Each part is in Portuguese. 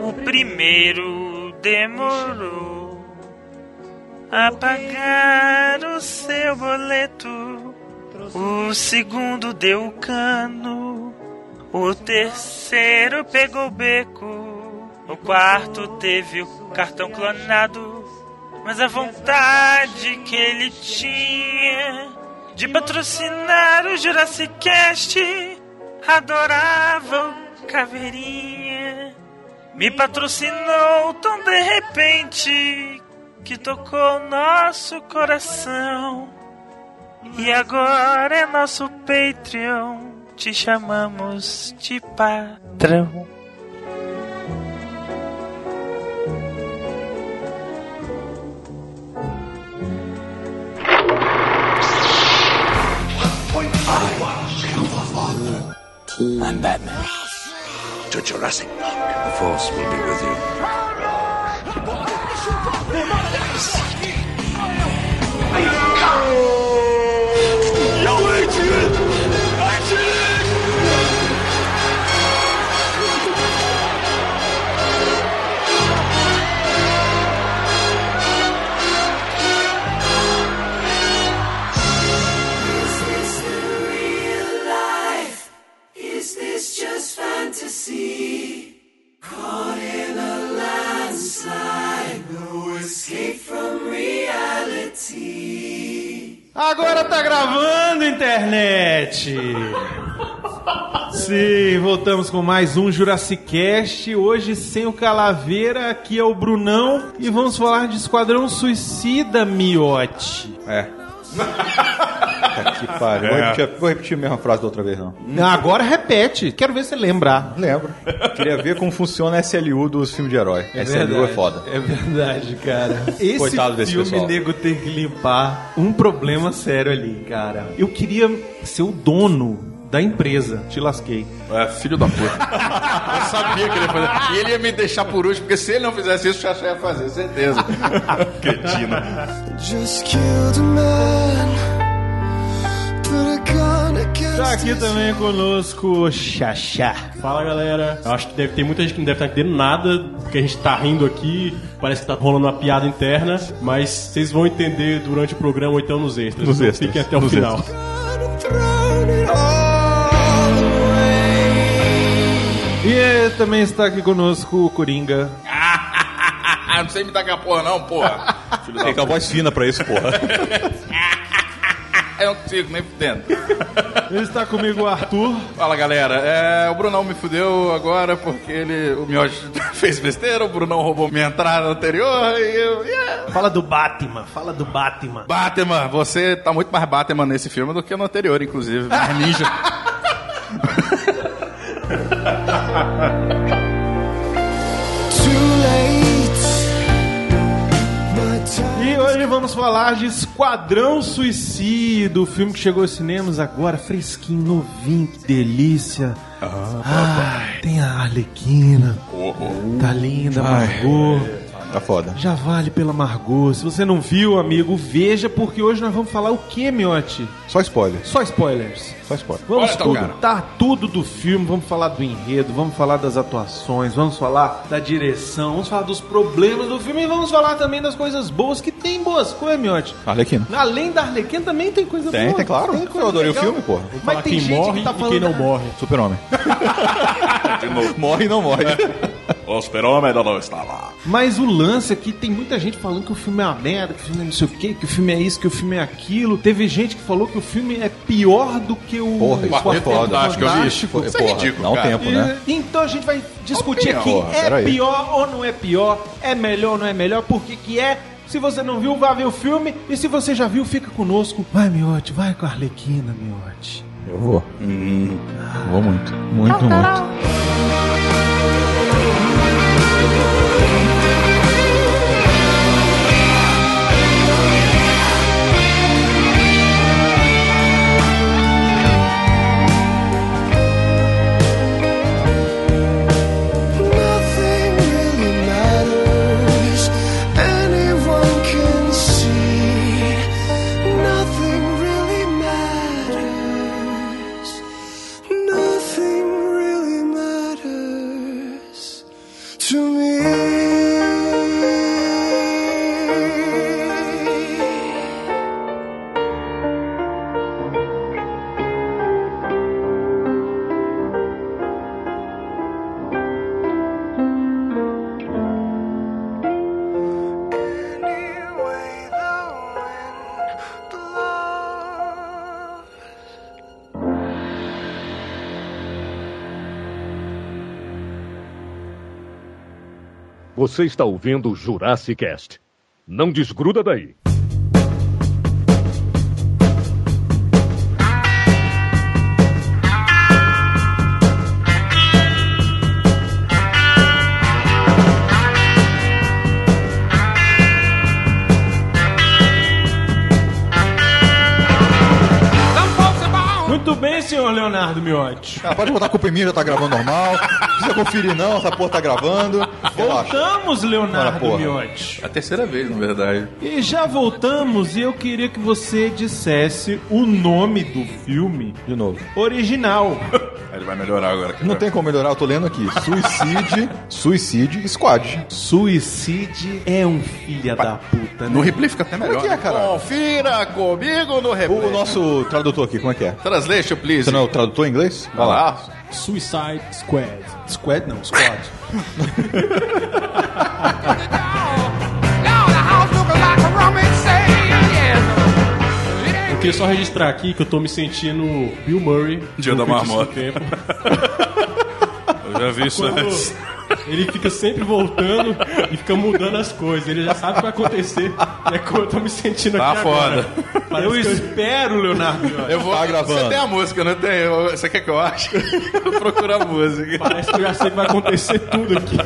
O primeiro demorou a pagar o seu boleto. O segundo deu o cano. O terceiro pegou o beco. O quarto teve o cartão clonado. Mas a vontade que ele tinha de patrocinar o Jurassic Cast adorava o Caveirinha. Me patrocinou tão de repente que tocou nosso coração. E agora é nosso Patreon. Te chamamos de patrão. I'm Batman. To Jurassic Park. The Force will be with you. Agora tá gravando, internet! Sim, voltamos com mais um Jurassicast. Hoje sem o Calaveira, aqui é o Brunão. E vamos falar de Esquadrão Suicida, miote. É. que pariu. É. Vou, repetir, vou repetir a mesma frase da outra vez, não. Agora repete, quero ver você lembrar. Lembro. Queria ver como funciona a SLU dos filmes de herói. SLU é foda. É verdade, cara. Esse Coitado desse filme, pessoal. nego, tem que limpar um problema sério ali, cara. Eu queria ser o dono da empresa. Te lasquei. É, filho da puta. Eu sabia que ele ia fazer. E ele ia me deixar por último, porque se ele não fizesse isso, o Chachá ia fazer, certeza. Cretino. Just killed a man. Put a gun against Tá aqui his também conosco, Xaxá. Fala galera, eu acho que deve ter muita gente que não deve estar entendendo nada, porque a gente tá rindo aqui, parece que tá rolando uma piada interna, mas vocês vão entender durante o programa ou então nos extras. Nos Então extras, Fiquem até o nos final. gun and thrown it all away. E eh, também está aqui conosco o Coringa. Ah, não sei me dar com a porra, não, porra. Filho da Tem que ter uma puta. voz fina pra isso, porra. Eu não consigo, nem fudendo. Está comigo o Arthur. Fala galera, é, o Brunão me fudeu agora porque ele, o Miotti fez besteira, o Brunão roubou minha entrada anterior e eu. yeah. Fala do Batman, fala do Batman. Batman, você tá muito mais Batman nesse filme do que no anterior, inclusive. Mais ninja. Too late. My time. E hoje vamos falar de Esquadrão Suicida, o filme que chegou aos cinemas agora, fresquinho, novinho, que delícia. Ah, Ai, tem a Arlequina, tá linda, Margot. Tá foda. Já vale pela Margot. Se você não viu, amigo, veja, porque hoje nós vamos falar o que, Miotti? Só spoiler. Só spoilers. Só spoiler. Vamos Bora, então, tudo, cara. tá tudo do filme, vamos falar do enredo, vamos falar das atuações, vamos falar da direção, vamos falar dos problemas do filme e vamos falar também das coisas boas, que tem boas coisas, Miotti. Arlequino. Além da Arlequina também tem coisa Tem, boa. tem, claro. coisa Eu adorei legal. o filme, porra. Vou Mas Falar tem quem gente morre que tá e falando... quem não morre. Super-homem. Morre e não morre. O super-homem ainda não está lá. Mas o lance é que tem muita gente falando que o filme é uma merda, que o filme é não sei o quê, que o filme é isso, que o filme é aquilo. Teve gente que falou que o filme é pior do que o Porra, isso foi Quarteto foda. Fantástico, eu vi. Fantástico. Foi- Isso é porra, ridículo, Dá um cara. tempo, né? E- Então a gente vai discutir Opinião. aqui, Porra, é peraí. pior ou não é pior, é melhor ou não é melhor, por que que é. Se você não viu, vá ver o filme. E se você já viu, fica conosco. Vai, Miote, vai com a Arlequina, Miote. Eu vou. Hum. Vou muito. Muito, muito. Nothing really matters. Anyone can see. Nothing really matters. Você está ouvindo o Jurassic Cast. Não desgruda daí. Muito bem, senhor Leonardo Miotti. Ah, pode botar a culpa em mim, já tá gravando normal. Não precisa conferir, não, essa porra tá gravando. Relaxa. Voltamos, Leonardo porra. Miotti. É a terceira vez, na verdade. E já voltamos e eu queria que você dissesse o nome do filme De novo. original. Ele vai melhorar agora. Não tem como melhorar, eu tô lendo aqui. Suicide, Suicide Squad. Suicide é um filho da puta, No né? replay fica até melhor. é. que é, cara? Confira comigo no replay. O nosso tradutor aqui, como é que é? Translation, please. Você não é o tradutor em inglês? Vai lá. Suicide Squad. Squad não, squad. Eu queria só registrar aqui que eu tô me sentindo Bill Murray. Dia da no feitiço do marmota. Tempo. Eu já vi isso Quando antes. Ele fica sempre voltando e fica mudando as coisas. Ele já sabe o que vai acontecer. E é como eu tô me sentindo Tá aqui foda. agora. Parece Eu que espero, Leonardo Miotti. Eu vou. Tá gravando. Você tem a música, não tem? Eu- Você quer que eu ache? Vou procurar a música. Parece que eu já sei que vai acontecer tudo aqui.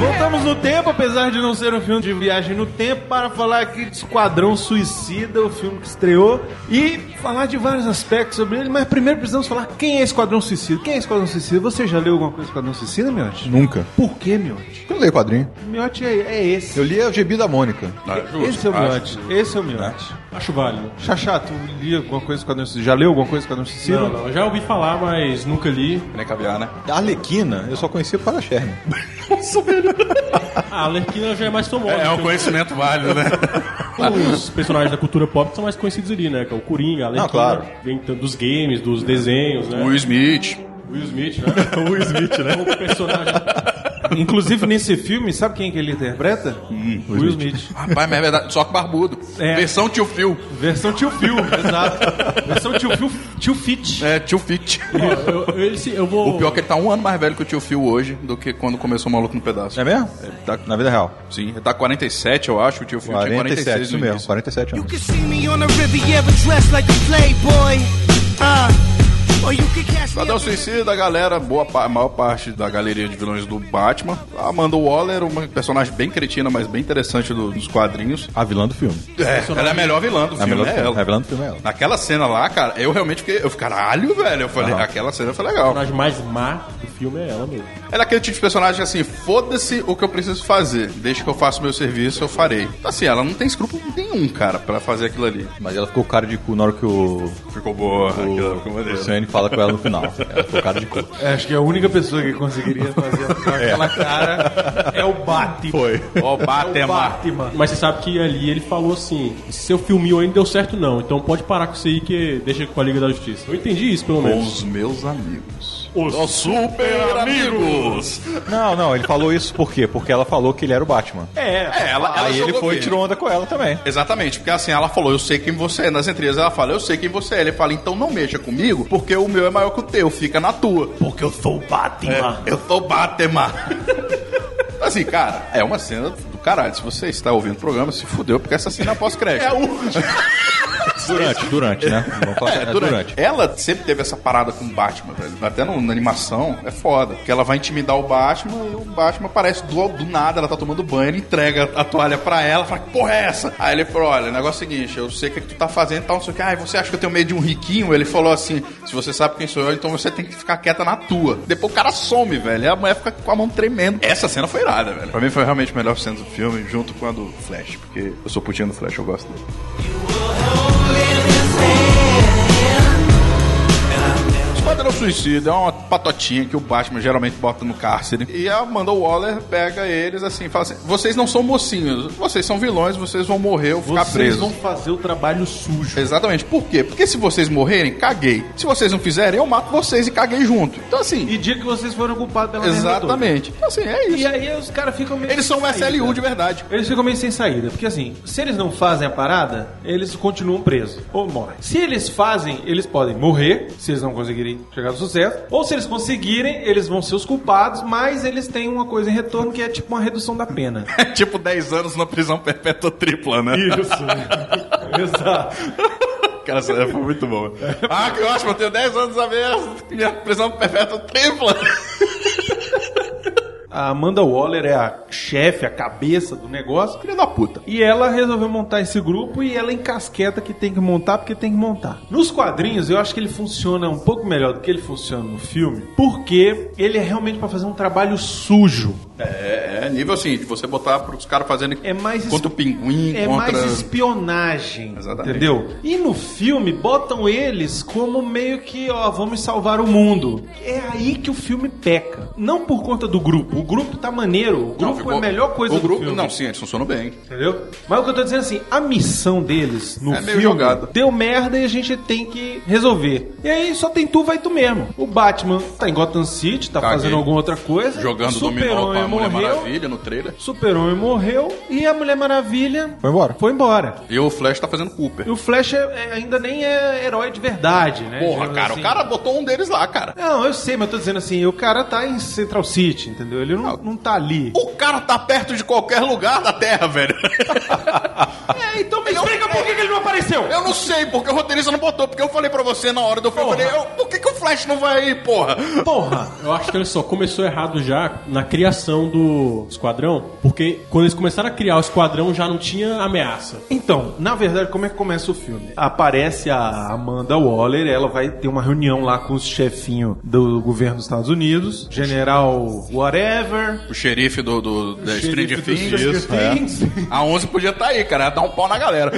Voltamos no tempo, apesar de não ser um filme de viagem no tempo, para falar aqui de Esquadrão Suicida, o filme que estreou, e falar de vários aspectos sobre ele, mas primeiro precisamos falar quem é Esquadrão Suicida. Quem é Esquadrão Suicida? Você já leu alguma coisa de Esquadrão Suicida, Ah. Miotti? Nunca. Por que, Miotti? Eu não leio quadrinho. Miotti é, é esse. Eu li o gibi da Mônica. Ah, Esse é o Miotti. Esse é o Miotti. Acho válido. Chachá, tu um lia alguma coisa de Esquadrão Suicida? Já leu alguma coisa de Esquadrão Suicida? Não, não. eu Já ouvi falar, mas nunca li. Nem caviar, né? A Arlequina, eu só conhecia por causa da Sherman. Ah, a Lerquina já é mais famosa. É, é um porque conhecimento válido, né? Os personagens da cultura pop que são mais conhecidos ali, né? Que é o Coringa, a Lerquina. claro. Vem tanto dos games, dos desenhos, né? Will Smith. Will Smith, né? Will Smith, né? O personagem... Inclusive, nesse filme, sabe é quem que ele interpreta? Will Smith. Rapaz, mas é verdade. Só que barbudo. É. Versão tio Phil. Versão tio Phil, exato. Versão tio Phil, tio Fit. É, tio Fit. Ó, eu, eu- ele se- eu vou... O pior é que ele tá um ano mais velho que o tio Phil hoje do que quando começou o Maluco no Pedaço. É mesmo? Tá na vida real. Sim, ele tá 47, eu acho. O tio Phil tinha 47, 46 isso no mesmo, início. 47 anos. You can see me on the Riviera dressed like a playboy. Uh, or you can catch me. Esquadrão up in- Suicida, a galera, boa pa- a maior parte da galeria de vilões do Batman. A Amanda Waller, uma personagem bem cretina, mas bem interessante do- dos quadrinhos. A vilã do filme. É, ela é a melhor vilã do a filme, vilã do é filme. ela. A vilã do filme é ela. Naquela cena lá, cara, eu realmente fiquei. Eu fiquei, caralho, velho. Eu falei, aquela cena foi legal. personagem mais má do filme é ela mesmo. Ela é aquele tipo de personagem assim, foda-se o que eu preciso fazer. Desde que eu faça o meu serviço, eu farei. Então, assim, ela não tem escrúpulo nenhum, cara, pra fazer aquilo ali. Mas ela ficou cara de cu na hora que o, Ficou boa, aquilo ficou o maneiro. Sane fala com ela no final. Ela ficou cara de cu. acho que a única pessoa que conseguiria fazer aquela cara é o Batman. Foi. É Ó, o Batman. Batman. Mas você sabe que ali ele falou assim: esse seu filminho aí não deu certo, não. Então pode parar com isso aí que deixa com a Liga da Justiça. Eu entendi isso, pelo Com menos. os meus amigos. Os, super amigos! Não, não, ele falou isso por quê? Porque ela falou que ele era o Batman. É, ela, ela Aí ele jogou foi e bem. tirou onda com ela também. Exatamente, porque assim, ela falou, eu sei quem você é. Nas entrevistas ela fala, eu sei quem você é. Ele fala, então não mexa comigo, porque o meu é maior que o teu, fica na tua. Porque eu sou o Batman. eu sou o Batman. assim, cara, é uma cena do caralho. Se você está ouvindo o programa, se fudeu, porque essa cena é pós-crédito. É, Durante, durante, né? Vamos falar é, durante. durante. Ela sempre teve essa parada com o Batman, velho. Até no- na animação, é foda. Porque ela vai intimidar o Batman e o Batman aparece do, do nada. Ela tá tomando banho, ele entrega a toalha pra ela, fala, que porra é essa? Aí ele falou: olha, o negócio é o seguinte, eu sei o que, é que tu tá fazendo e tal, não sei o que. Ah, você acha que eu tenho medo de um riquinho? Ele falou assim: se você sabe quem sou eu, então você tem que ficar quieta na tua. Depois o cara some, velho. E a mulher fica com a mão tremendo. Essa cena foi irada, velho. Pra mim foi realmente a melhor cena do filme, junto com a do Flash. Porque eu sou putinho do Flash, eu gosto dele. Esquadrão Suicida é uma patotinha que o Batman geralmente bota no cárcere. E a Amanda Waller pega eles assim, fala assim: vocês não são mocinhos, vocês são vilões, vocês vão morrer ou ficar Vocês presos. vão fazer o trabalho sujo. Exatamente. Por quê? Porque se vocês morrerem, caguei. Se vocês não fizerem, eu mato vocês e caguei junto. Então assim, E diga que vocês foram culpados é um pela merda exatamente. Então assim, é toda. E isso. aí os caras ficam meio. assim, né? Eles são sem o saída. SLU de verdade. Eles ficam meio sem saída, porque assim, se eles não fazem a parada, eles continuam presos ou morrem. Se eles fazem, eles podem morrer, se eles não conseguirem chegar no sucesso, ou se eles conseguirem, eles vão ser os culpados, mas eles têm uma coisa em retorno que é tipo uma redução da pena. É tipo 10 anos na prisão perpétua tripla, né? Isso. Exato. Cara, essa foi muito boa. Ah, que ótimo, eu tenho 10 anos a menos. Minha prisão perpétua tripla. A Amanda Waller é a chefe, a cabeça do negócio. Filha da puta. E ela resolveu montar esse grupo e ela encasqueta que tem que montar porque tem que montar. Nos quadrinhos, eu acho que ele funciona um pouco melhor do que ele funciona no filme, porque ele é realmente pra fazer um trabalho sujo. É, é nível assim, de você botar pros caras fazendo É mais es- contra o pinguim, É contra... mais espionagem, Exatamente. entendeu? E no filme botam eles como meio que, ó, vamos salvar o mundo. É aí que o filme peca. Não por conta do grupo. O grupo tá maneiro. O grupo ficou- é a melhor coisa o grupo, do filme. Não, sim, eles funcionam bem. Entendeu? Mas o que eu tô dizendo é assim, a missão deles no É meio filme jogado. deu merda e a gente tem que resolver. E aí só tem tu, vai tu mesmo. O Batman tá em Gotham City, tá Caguei. fazendo alguma outra coisa. Jogando dominó com Super-Homem a Mulher morreu. Maravilha no trailer. Super-Homem morreu e a Mulher Maravilha Foi embora. foi embora. E o Flash tá fazendo Cooper. E o Flash é- é- ainda nem é herói de verdade, né? Porra, Digamos cara, assim. o cara botou um deles lá, cara. Não, eu sei, mas eu tô dizendo assim, o cara tá em Central City, entendeu? Ele não, não tá ali. O cara tá perto de qualquer lugar da Terra, velho. É, então me explica por que que ele não apareceu! Eu não sei, porque o roteirista não botou, porque eu falei pra você na hora do filme, eu Porra. falei, eu, por que, que o Flash não vai aí, porra? Porra! Eu acho que ele só começou errado já na criação do esquadrão, porque quando eles começaram a criar o esquadrão já não tinha ameaça. Então, na verdade, como é que começa o filme? Aparece a Amanda Waller, ela vai ter uma reunião lá com os chefinhos do governo dos Estados Unidos, General Whatever, O xerife do, do da Stranger xerife dos Things. é. Stranger Things. A 11 podia estar aí, cara. Ia dar um pau na galera.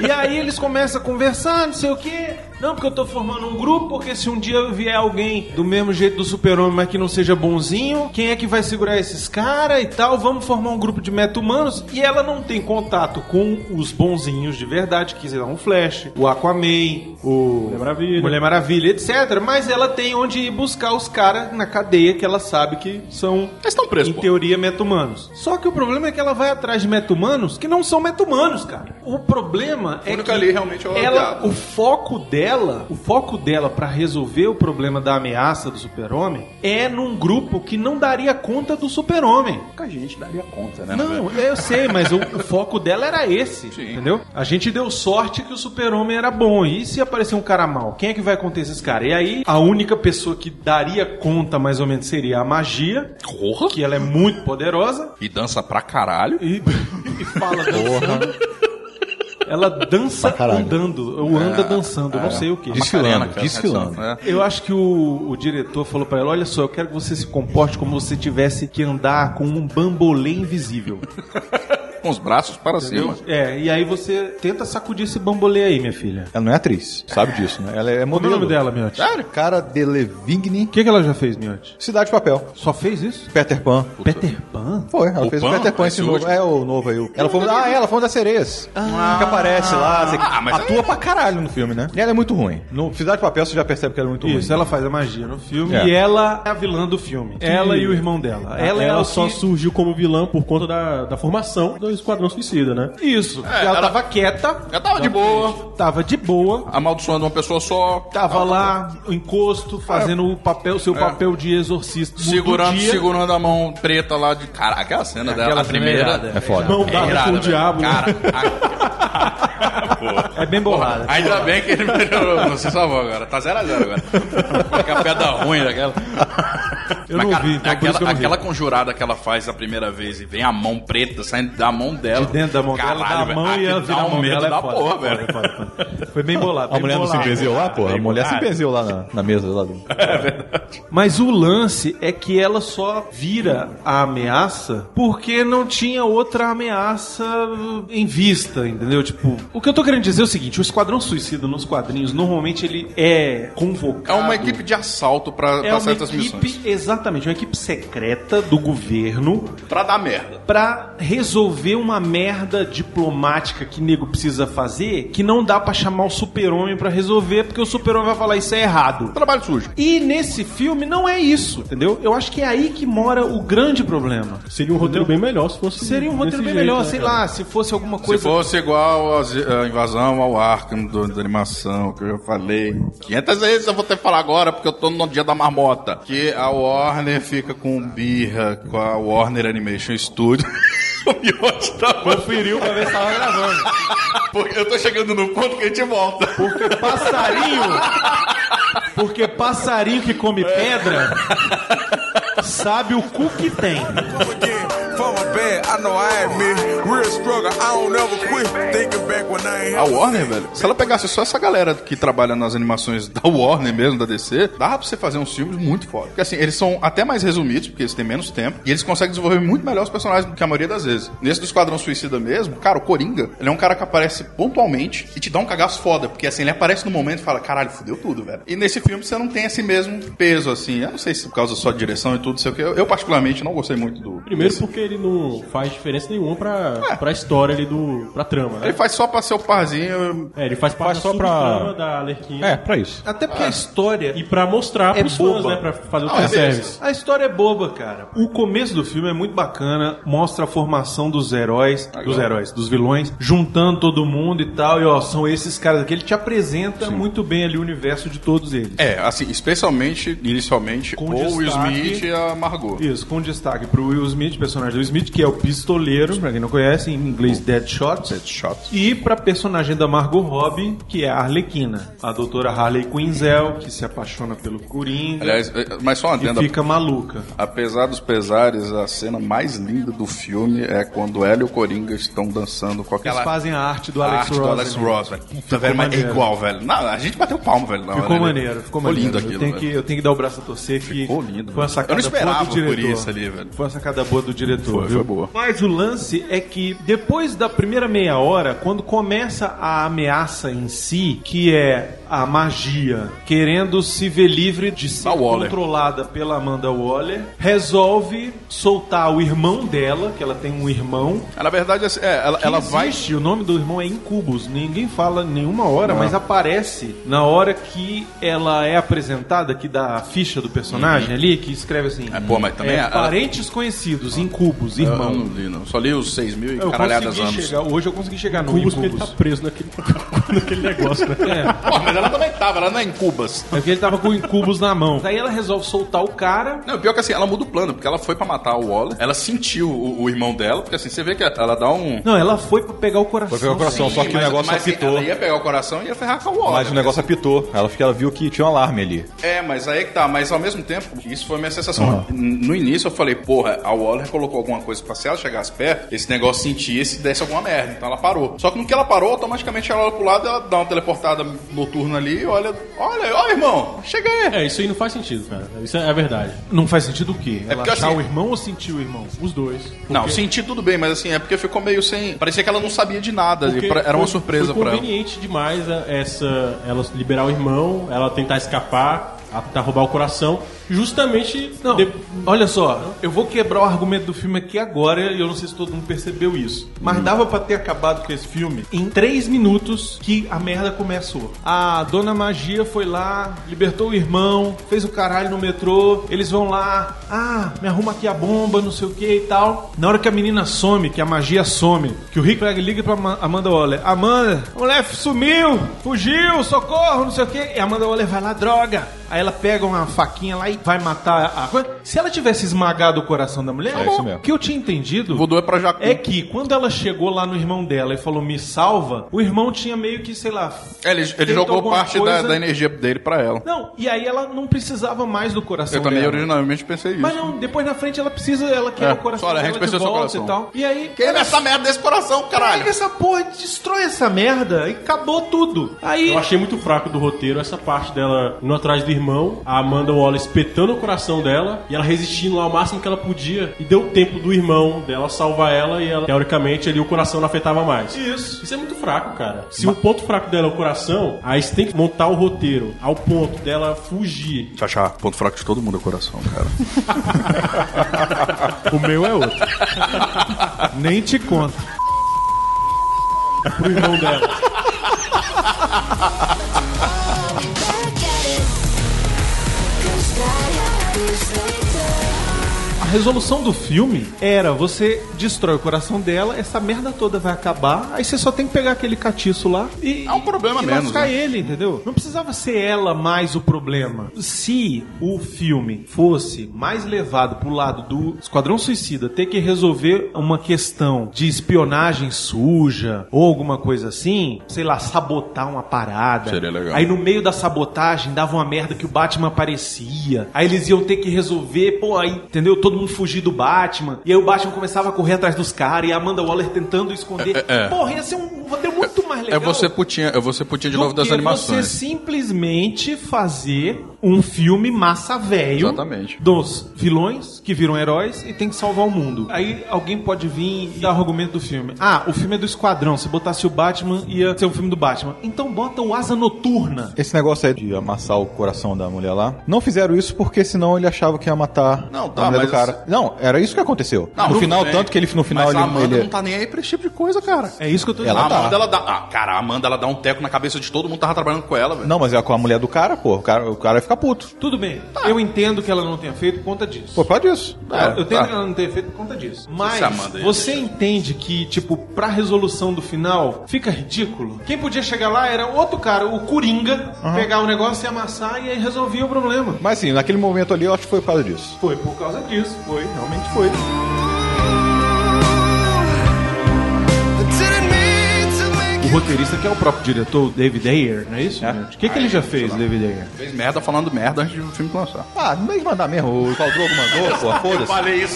E aí eles começam a conversar, não sei o quê. Não, porque eu tô formando um grupo, porque se um dia vier alguém do mesmo jeito do super-homem, mas que não seja bonzinho, quem é que vai segurar esses caras e tal? Vamos formar um grupo de meta-humanos. E ela não tem contato com os bonzinhos de verdade, que são o Flash, o Aquaman, o Mulher Maravilha. Mulher Maravilha, etc. Mas ela tem onde ir buscar os caras na cadeia que ela sabe que são Eles estão presos, em pô. teoria, meta-humanos. Só que o problema é que ela vai atrás de meta-humanos que não são meta-humanos, cara. O problema é único que ali realmente é o ela, diabo. o foco dela, o foco dela pra resolver o problema da ameaça do super-homem é num grupo que não daria conta do super-homem. Pouca gente daria conta, né? Então, Não, eu sei, mas o, o foco dela era esse, Sim. entendeu? A gente deu sorte que o super-homem era bom. E se aparecer um cara mal? Quem é que vai conter esses caras? E aí, a única pessoa que daria conta, mais ou menos, seria a magia, Porra. que ela é muito poderosa. E dança pra caralho. E, e fala dançando. Ela dança andando, ou anda dançando, eu não sei o que. Desfilando, Macarena, cara, desfilando. né? Eu acho que o, o diretor falou pra ela: olha só, eu quero que você se comporte como se tivesse que andar com um bambolê invisível. Com os braços para cima. É, e aí você tenta sacudir esse bambolê aí, minha filha. Ela não é atriz, sabe disso, né? Ela é modelo. Como é o nome dela, Miotti? Sério? Cara Delevingne, O que, que ela já fez, Miotti? Cidade de Papel. Só fez isso? Peter Pan. Peter Pan? Foi, ela O fez Pan? o Peter Pan Esse esse novo. último? É o novo aí. o- Ela foi, ah, ela foi uma das sereias. que aparece lá. você- Ah, mas atua pra caralho no filme, né? E ela é muito ruim. No Cidade de Papel você já percebe que ela é muito Isso, ruim. ela faz a magia no filme É. e ela é a vilã do filme. Ela e o irmão dela. Ela, é o só que- surgiu como vilã por conta da, da formação do Esquadrão Suicida, né? Isso. É, ela, tava quieta, Já tava de boa. tava de boa, Amaldiçoando uma pessoa só. tava lá, o encosto, fazendo o papel, seu papel de exorcista. do Segurando, dia. segurando a mão preta lá de. Caraca, aquela cena dela. A primeira. É foda. Mão dada irada, com o velho. diabo. né? Cara, a- Porra. É bem borrada. Ainda bem que ele melhorou, não se salvou agora. Tá 0x0 agora. Fica a pedra ruim daquela. Eu Mas, não cara, vi, então por aquela, isso que eu não vi. aquela conjurada que ela faz a primeira vez e vem a mão preta saindo da mão dela. De dentro da mão dela, Caralho, da mão velho, e a aquilo dá virar um mão medo dela é da foda, porra, é foda, velho. é foda, é foda. Foi bem bolado. A bem mulher não se bolado. benzeu lá, porra? A Bem mulher se bolado. benzeu lá na, na mesa lá do. Mas o lance é que ela só vira a ameaça porque não tinha outra ameaça em vista, entendeu? Tipo, o que eu tô querendo dizer é o seguinte: o Esquadrão Suicida nos quadrinhos, normalmente ele é É convocado. uma equipe de assalto pra, É pra uma certas equipe, missões. exatamente, uma equipe secreta do governo Pra dar merda. pra resolver uma merda diplomática que nego precisa fazer, que não dá pra chamar o super-homem pra resolver, porque o super-homem vai falar isso é errado. Trabalho sujo. E nesse filme não é isso, entendeu? Eu acho que é aí que mora o grande problema. Seria um roteiro bem melhor se fosse. Seria um roteiro desse bem jeito, melhor, né, sei cara? lá, se fosse alguma coisa. Se fosse igual a, Z- a invasão ao Arkham do- da animação, que eu já falei 500 vezes, eu vou ter que falar agora, porque eu tô no dia da marmota. Que a Warner fica com birra com a Warner Animation Studio. o Miotti tá Conferiu pra ver se tava gravando. Porque eu tô chegando no ponto que a gente volta. Porque passarinho. Porque passarinho que come É. pedra sabe o cu que tem. again from a bad, I know I admit. Real struggle, I don't ever quit. Thinking back when I ain't A Warner, velho, se ela pegasse só essa galera que trabalha nas animações da Warner mesmo, da DC, dava pra você fazer uns filmes muito foda. Porque assim, eles são até mais resumidos, porque eles têm menos tempo, e eles conseguem desenvolver muito melhor os personagens do que a maioria das vezes. Nesse do Esquadrão Suicida mesmo, cara, o Coringa, ele é um cara que aparece pontualmente e te dá um cagaço foda, porque assim, ele aparece no momento e fala, caralho, fudeu tudo, velho. E nesse filme você não tem esse mesmo peso, assim, eu não sei se por causa só de direção e tudo, sei o que, eu, eu particularmente não gostei muito do... Primeiro porque ele não faz diferença nenhuma pra, É. pra história ali do. pra trama, né? Ele faz só pra ser o parzinho, É, ele faz parte Faz só da pra- subtrama da Alerquina. É, pra isso. Até porque a história. E pra mostrar É pros fãs, boba. né? Pra fazer o Ah, é fanservice. A história é boba, cara. O começo do filme é muito bacana, mostra a formação dos heróis, dos heróis, dos vilões, juntando todo mundo e tal, e ó, são esses caras aqui. Ele te apresenta muito bem ali o universo de todos eles. É, assim, especialmente, inicialmente, Com o Will destaque- Smith e a Margot. Isso, com destaque pro Will Smith, personagem do Will Smith, que é o pistoleiro, pra quem não conhece, em inglês Deadshot. Deadshot. E pra personagem da Margot Robbie, que é a Arlequina, a doutora Harley Quinzel, que se apaixona pelo Coringa Aliás, é, mas só uma e adenda. fica maluca. Apesar dos pesares, a cena mais linda do filme é quando ela e o Coringa estão dançando com Eles aquela fazem a arte do a Alex arte do Ross. Alex né? Ross, velho. Puta, velho, mas é maneiro. igual, velho. Não, a gente bateu palmo, velho. na Ficou hora, né? maneiro, ficou maneiro. lindo aquilo, eu, tenho velho. que, eu tenho que dar o braço a torcer que Ficou lindo, foi uma velho. sacada Eu não esperava boa do diretor. por isso ali, velho. Foi uma sacada boa do diretor, Foi, viu? foi boa. Mas o lance é que depois da primeira meia hora, quando começa a ameaça em si, que é a magia querendo se ver livre de ser Da Waller. controlada pela Amanda Waller, resolve soltar o irmão dela, que ela tem um irmão, Na verdade, assim, é, ela, que ela vai. existe, o nome do irmão é Incubus, ninguém fala em nenhuma hora, mas aparece na hora que ela é apresentada, que dá a ficha do personagem ali, que escreve assim, É, pô, mas também é, ela- parentes conhecidos, Incubus, Eu irmão. não li, não. Só li os 6 mil e Eu caralhadas consegui anos. chegar, hoje eu consegui chegar no Cubos porque ele tá Incubus. preso naquele, naquele negócio, né? Pô, Ah, mas ela também tava, ela não é em Cubas. É porque ele tava com o Incubus na mão. Daí ela resolve soltar o cara, Não, pior que assim, ela muda o plano, porque ela foi pra matar o Waller, ela sentiu o, o irmão dela, porque assim, você vê que ela dá um. não, ela foi pra pegar o coração. Foi pegar o coração, sim. só que o negócio mas, apitou. Ela ia pegar o coração e ia ferrar com o Waller. Mas o negócio apitou. Ela, ela viu que tinha um alarme ali. É, mas aí que tá, mas ao mesmo tempo, isso foi a minha Ah. sensação. N- No início eu falei, porra, a Waller colocou alguma coisa pra se ela chegasse perto, esse negócio sentisse e desse alguma merda. Então ela parou. Só que no que ela parou, automaticamente ela olha pro lado, ela dá uma teleportada noturna ali e olha, olha, olha, irmão, chega aí. É, isso aí não faz sentido, cara. Isso é a verdade. Não faz sentido o quê? Ela porque achar assim- o irmão ou sentir o irmão? Os dois. Não, senti tudo bem, mas assim, é porque ficou meio sem. Parecia que ela não sabia de nada. Porque e pra- Era uma foi- surpresa foi pra ela. conveniente demais a- essa ela liberar o irmão, ela tentar escapar, a tentar roubar o coração, justamente Não, de- olha só, eu vou quebrar o argumento do filme aqui agora e eu não sei se todo mundo percebeu isso. Mas Hum. dava pra ter acabado com esse filme em três minutos que a merda começou. A Dona Magia foi lá, libertou o irmão, fez o caralho no metrô, eles vão lá, ah, me arruma aqui a bomba, não sei o que e tal. Na hora que a menina some, que a magia some, que o Rick Flag liga pra Ma- Amanda Waller, Amanda, a mulher sumiu, fugiu, socorro, não sei o que. E a Amanda Waller vai lá, droga. Aí ela pega uma faquinha lá e vai, vai matar a coisa. Se ela tivesse esmagado o coração da mulher, É isso o mesmo. que eu tinha entendido Voodoo é pra Jacu. é que quando ela chegou lá no irmão dela e falou me salva, o irmão tinha meio que, sei lá. É, Ele, ele feito jogou alguma parte da- coisa- da, energia dele pra ela. Não, e aí ela não precisava mais do coração Eu também dela. originalmente pensei isso. Mas não, depois na frente ela precisa, ela quer É. o coração Olha, a dela gente precisa de do seu volta coração. e tal. E aí Queima essa merda desse coração, Caralho, caralho! essa porra destrói essa merda e acabou tudo. Aí Eu achei muito fraco do roteiro essa parte dela indo atrás do irmão, a Amanda Waller espetando o coração dela e ela resistindo lá ao máximo que ela podia. E deu tempo do irmão dela salvar ela e ela, teoricamente, ali o coração não afetava mais. Isso. Isso é muito fraco, cara. Se o ponto fraco dela é o coração, aí você tem que montar o roteiro ao ponto dela fugir. Chachá, ponto fraco de todo mundo é o coração, cara. o meu é outro. Nem te conto. pro irmão dela. A resolução do filme era você destrói o coração dela, essa merda toda vai acabar, aí você só tem que pegar aquele catiço lá e É um problema e menos, lascar né? ele, entendeu? Não precisava ser ela mais o problema. Se o filme fosse mais levado pro lado do Esquadrão Suicida ter que resolver uma questão de espionagem suja ou alguma coisa assim, sei lá, sabotar uma parada. Seria legal. Aí Aí no meio da sabotagem dava uma merda que o Batman aparecia. Aí eles iam ter que resolver, pô, aí, entendeu? Todo mundo fugir do Batman. E aí o Batman começava a correr atrás dos caras e a Amanda Waller tentando esconder. É, é. Porra, ia ser um roteiro muito É mais legal. você putinha, é você putinha de novo do das que animações. Você simplesmente fazer um filme massa velho. Exatamente. Dos vilões que viram heróis e tem que salvar o mundo. Aí alguém pode vir e dar o argumento do filme. Ah, o filme é do Esquadrão. Se botasse o Batman, ia ser um filme do Batman. Então bota o Asa Noturna. Esse negócio aí de amassar o coração da mulher lá, não fizeram isso porque senão ele achava que ia matar Não, tá, a mulher mas do cara. Não, era isso que aconteceu. Não, no tudo final, bem. tanto que ele no final Mas ele, a Amanda ele- não tá nem aí pra esse tipo de coisa, cara. É isso que eu tô Ela a dizendo. tá. Amanda, ela dá. Ah, cara, a Amanda, ela dá um teco na cabeça de todo mundo que tava trabalhando com ela, velho. Não, mas é com a mulher do cara, pô. O cara, o cara ia ficar tá. puto. Tudo bem. Eu entendo que ela não tenha feito por conta disso. Por causa disso. Eu- eu entendo tá. que ela não tenha feito por conta disso. Mas Essa Amanda aí, você entende que, tipo, pra resolução do final, fica ridículo? Quem podia chegar lá era outro cara, o Coringa, pegar o negócio e amassar e aí resolvia o problema. Mas sim, naquele momento ali, eu acho que foi por causa disso. Foi por causa disso. Foi, realmente foi. O roteirista que é o próprio diretor, o David Ayer, não é isso? gente? O que, que ele já fez, David Ayer? Fez merda falando merda antes do filme começar. Ah, não tem que mandar mesmo. O Caldrogo mandou, pô. Foda-se.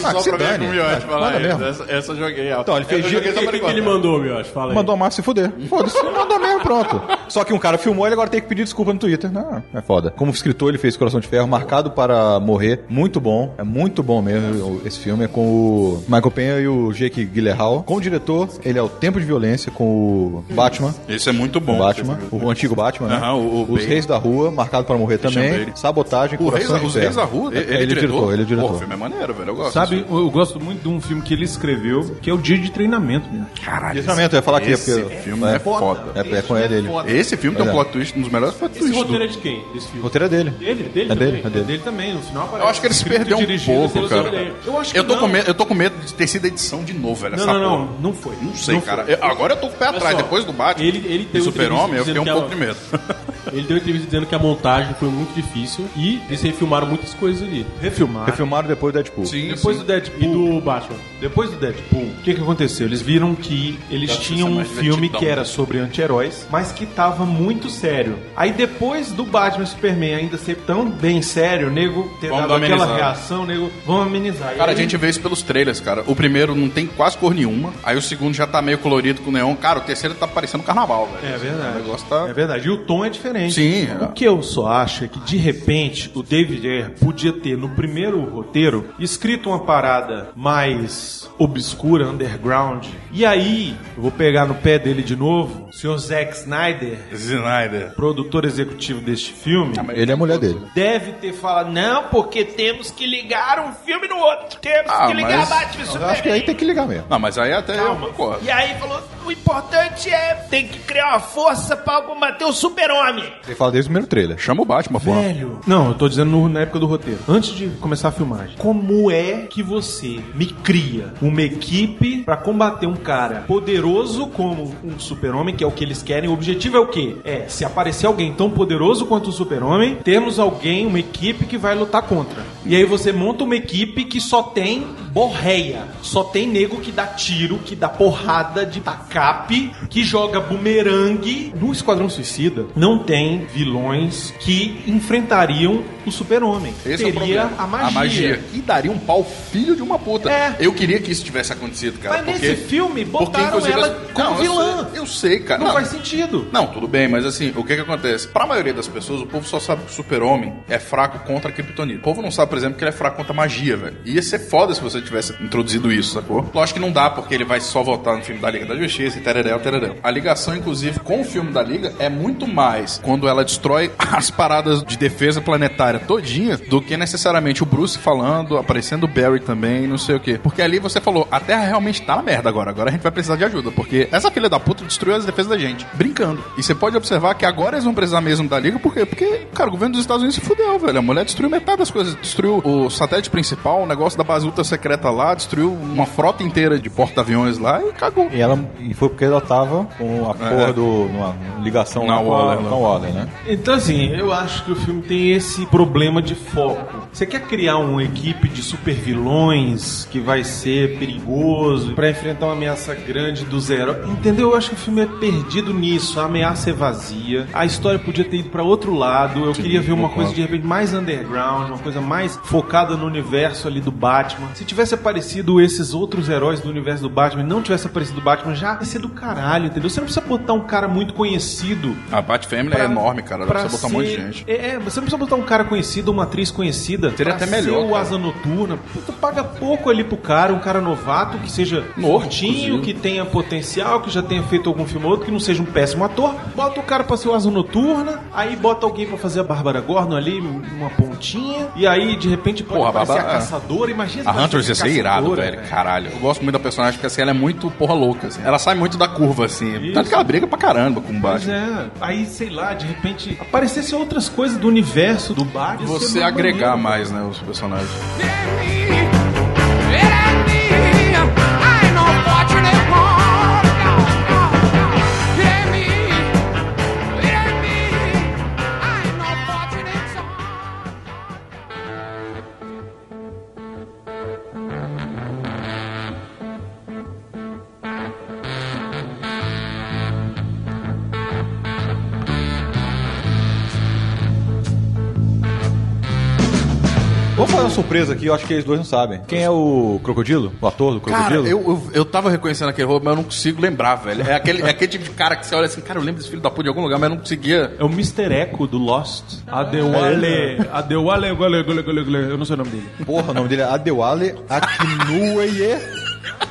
Ah, que se dane. Ah, Manda mesmo. Essa, essa eu joguei. ó. Então, ele fez Essa eu giro- joguei só O pra que, que ele enquadrar. mandou, meu? Acho, fala aí. Mandou a Márcia se fuder. Foda-se, mandou mesmo, pronto. Só que um cara filmou, ele agora tem que pedir desculpa no Twitter. Não, é foda. Como escritor, ele fez Coração de Ferro, marcado para morrer. Muito bom, é muito bom mesmo esse filme. É com o Michael Penha e o Jake Gyllenhaal. Como diretor, ele é o Tempo de Violência com o Batman. Isso é muito O bom. é Batman, o antigo Batman, né? Aham, o- o Os Bale. Reis da Rua, marcado para morrer também. Bale. Sabotagem, O Coração Reis, da- de os Ferro. Reis da Rua, né? ele, ele é diretor, ele é Pô, o diretor. filme é maneiro, velho. Eu gosto. Sabe, eu eu gosto muito de um filme que ele escreveu, que é o Dia de Treinamento, né? Caralho, Treinamento, eu ia falar que esse é porque- filme é, é foda. É, é com ele, ele. Esse filme tem um É. plot twist, um dos melhores plot Esse twists roteiro do... é de quem? Desse O filme? roteiro é dele. Dele? Dele É também? dele, é dele. Dele também, no final aparece. Eu acho que ele se escrito, perdeu um dirigido, pouco, seleção cara. dele. Eu acho que Eu tô, não. com medo, eu tô com medo de ter sido a edição de novo, velho. Não, essa não, não, porra. não, foi. Não sei, Não cara. foi. Eu- agora eu tô com o pé atrás. só, Depois do Batman ele- ele e teve Super-Homem, eu entrevista fiquei um dizendo pouco de que é medo. Ele deu entrevista dizendo que a montagem foi muito difícil e eles refilmaram muitas coisas ali. é Refilmar. Refilmaram depois do Deadpool. Sim, Depois sim. do E Deadpool. do Batman. Depois do Deadpool, o que, que aconteceu? Eles viram que eles Deve tinham ser um mais filme divertidão. que era sobre anti-heróis, mas que tava muito sério. Aí depois do Batman e Superman ainda ser tão bem sério, o nego ter Vamos dado dar aquela amenizada. reação, o nego, vamos amenizar. E Cara, a aí- gente vê isso pelos trailers, cara. O primeiro não tem quase cor nenhuma. Aí o segundo já tá meio colorido com neon. Cara, o terceiro tá parecendo carnaval, velho. É verdade. O negócio tá... É verdade. E o tom é diferente. Sim, é. O que eu só acho é que, de repente, o David Ayer podia ter, no primeiro roteiro, escrito uma parada mais obscura, underground. E aí, eu vou pegar no pé dele de novo, o senhor Zack Snyder, Snyder. Ah, produtor executivo deste filme, Ele é a mulher dele. deve ter falado, não, porque temos que ligar um filme no outro, temos Ah, que ligar mas- Batman e Eu acho que Superman. aí tem que ligar mesmo. Não, mas aí até eu Calma. concordo. E aí falou, o importante é tem que criar uma força pra algum bater o super-homem. Ele fala desde o primeiro trailer. Chama o Batman, pô. Velho. Não, eu tô dizendo no- na época do roteiro. Antes de começar a filmagem. Como é que você me cria uma equipe pra combater um cara poderoso como um super-homem, que é o que eles querem? O objetivo é o quê? É, se aparecer alguém tão poderoso quanto o super-homem, temos alguém, uma equipe que vai lutar contra. E aí você monta uma equipe que só tem borreia. Só tem nego que dá tiro, que dá porrada de tacape, que joga bumerangue. No Esquadrão Suicida não tem vilões que enfrentariam o super-homem. Esse é o Teria problema. a magia. E daria um pau filho de uma puta. É. Eu queria que isso tivesse acontecido, cara. Mas porque... nesse filme botaram inclusive, ela as- como Não, eu vilã. sei- Eu sei, cara. Não, faz sentido. Não, tudo bem, mas assim, o que que acontece? Pra maioria das pessoas, o povo só sabe que o super-homem é fraco contra a criptonita. O povo não sabe, por exemplo, que ele é fraco contra a magia, velho. Ia ser foda se você tivesse introduzido isso, sacou? Lógico que não dá, porque ele vai só votar no filme da Liga da Justiça e tereréu, tereréu. A ligação, inclusive, com o filme da Liga é muito mais quando ela destrói as paradas de defesa planetária todinha do que necessariamente o Bruce falando, aparecendo o Barry também, não sei o quê. Porque ali você falou, a Terra realmente tá na merda agora. Agora a gente vai precisar de ajuda, porque essa filha da puta destruiu as defesas da gente, brincando. E você pode observar que agora eles vão precisar mesmo da Liga, por quê? Porque, cara, o governo dos Estados Unidos se fudeu, velho. A mulher destruiu metade das coisas. Destruiu o satélite principal, o negócio da bazuta secreta lá, destruiu uma frota inteira de porta-aviões lá e cagou. E, ela, e foi porque ela tava com a porra do. numa ligação Na lá com Waller, a, né? com a Waller, né? Então, assim, eu acho que o filme tem esse problema de foco. Você quer criar uma equipe de super vilões que vai ser perigoso pra enfrentar uma ameaça grande dos heróis? Entendeu? Eu acho que o filme é perdido nisso. A ameaça é vazia. A história podia ter ido pra outro lado. Eu queria ver uma coisa de repente mais underground, uma coisa mais focada no universo ali do Batman. Se tivesse aparecido esses outros heróis do universo do Batman, e não tivesse aparecido o Batman, já ia ser do caralho, entendeu? Você não precisa botar um cara muito conhecido A Bat-Family é Pra- enorme, cara. Dá pra você botar um monte de ser- gente. É, é, você não precisa botar um cara conhecido, uma atriz conhecida. Seria pra até melhor, ser o cara. Asa Noturna. Puta, paga pouco ali pro cara, um cara novato, que seja Novo, mortinho, inclusive. que tenha potencial, que já tenha feito algum filme ou outro, que não seja um péssimo ator. Bota o cara pra ser o Asa Noturna, aí bota alguém pra fazer a Bárbara Gordon ali, uma pontinha, e aí de repente pode Porra, a aparecer a Bárbara- caçadora. Imagina se A vai Hunters ia ser ser irado, caçadora, velho. Caralho. Eu gosto muito da personagem porque assim, ela é muito porra louca, assim. Ela sai muito da curva, assim. Tanto que ela briga pra caramba com o Pois Batman. é, aí sei lá, de repente aparecessem outras coisas do universo do Batman. Você ia ser agregar maneiro. mais, né, os personagens. Vamos fazer uma surpresa aqui, eu acho que eles dois não sabem. Quem é o Crocodilo? O ator do Cara, Crocodilo? eu, eu, eu tava reconhecendo aquele roubo, mas eu não consigo lembrar, velho. É aquele, é aquele tipo de cara que você olha assim, cara, eu lembro desse filho da puta de algum lugar, mas eu não conseguia. É o Mr. Echo do Lost. É Adewale. Adewale, gole, gole, gole, gole. Eu não sei o nome dele. Porra, o nome dele é Adewale Akinueye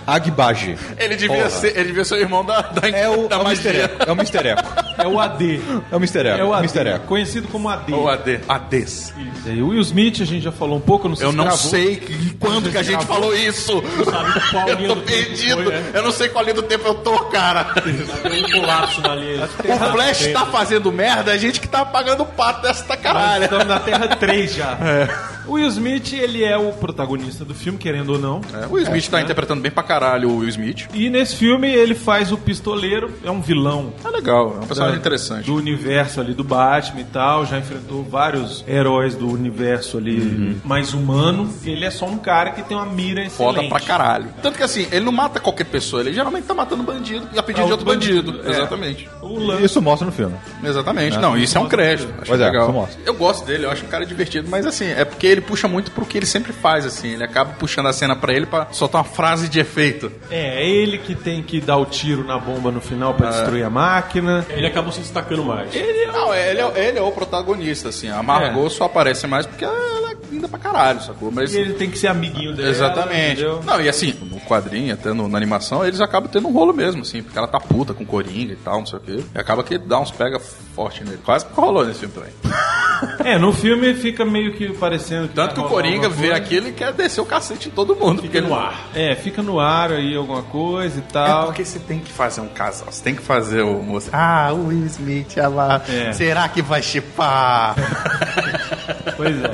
Agbaje. Ele devia, Porra. ser, ele devia ser o irmão da, da, É o, da é o Mr. magia. Eco. É o Mr. Eco. É o AD. É o Mr. Eco. É o AD. Mr. Eco. Conhecido como AD. Ou AD. ADs. Isso aí. O Will Smith, a gente já falou um pouco, não sei Eu se não gravou. sei que- quando que a gente falou isso. Sabe qual Eu linha tô do tempo perdido. foi, é. né? Eu não sei qual linha do tempo eu tô, cara. Tem um colapso na linha. O Flash tá fazendo merda, a gente que tá pagando o pato dessa Nós caralha. Estamos na Terra 3 já. É. O Will Smith, ele é o protagonista do filme, querendo ou não. É, o Will Smith tá interpretando bem pra caralho o Will Smith. E nesse filme ele faz o pistoleiro, é um vilão Tá legal, é um personagem da- interessante. Do universo ali do Batman e tal, já enfrentou vários heróis do universo ali Uhum. mais humano. Ele é só um cara que tem uma mira excelente. Foda pra caralho. Tanto que assim, ele não mata qualquer pessoa, ele geralmente tá matando bandido e a pedido É, de outro outro bandido, bandido. é. Exatamente. O lance Isso mostra no filme. Exatamente. Não, isso é um crédito. Acho Pois é, isso legal. mostra. eu gosto dele, eu acho um cara divertido, mas assim, é porque ele puxa muito pro que ele sempre faz, assim. Ele acaba puxando a cena pra ele pra soltar uma frase de efeito. É, é ele que tem que dar o tiro na bomba no final É. pra destruir a máquina. Ele acabou se destacando mais. Ele, não, ele, é, ele é o protagonista, assim. A Margot só aparece mais porque ela é linda pra caralho, sacou? Mas. E ele tem que ser amiguinho É, dela. Exatamente. entendeu? não, e assim, no quadrinho, até no- na animação, eles acabam tendo um rolo mesmo, assim, porque ela tá puta com coringa e tal, não sei o quê. E acaba que dá uns pega forte nele. Quase que rolou nesse filme também. É, no filme fica meio que parecendo que. tá Tanto que o Coringa vê aqui. aquilo e quer descer o cacete em todo mundo. Fica no ar. É, fica no ar aí alguma coisa e É tal. porque você tem que fazer um casal. Você tem que fazer o moço. Ah, o Will Smith, ela. É. Será que vai chipar? Pois é.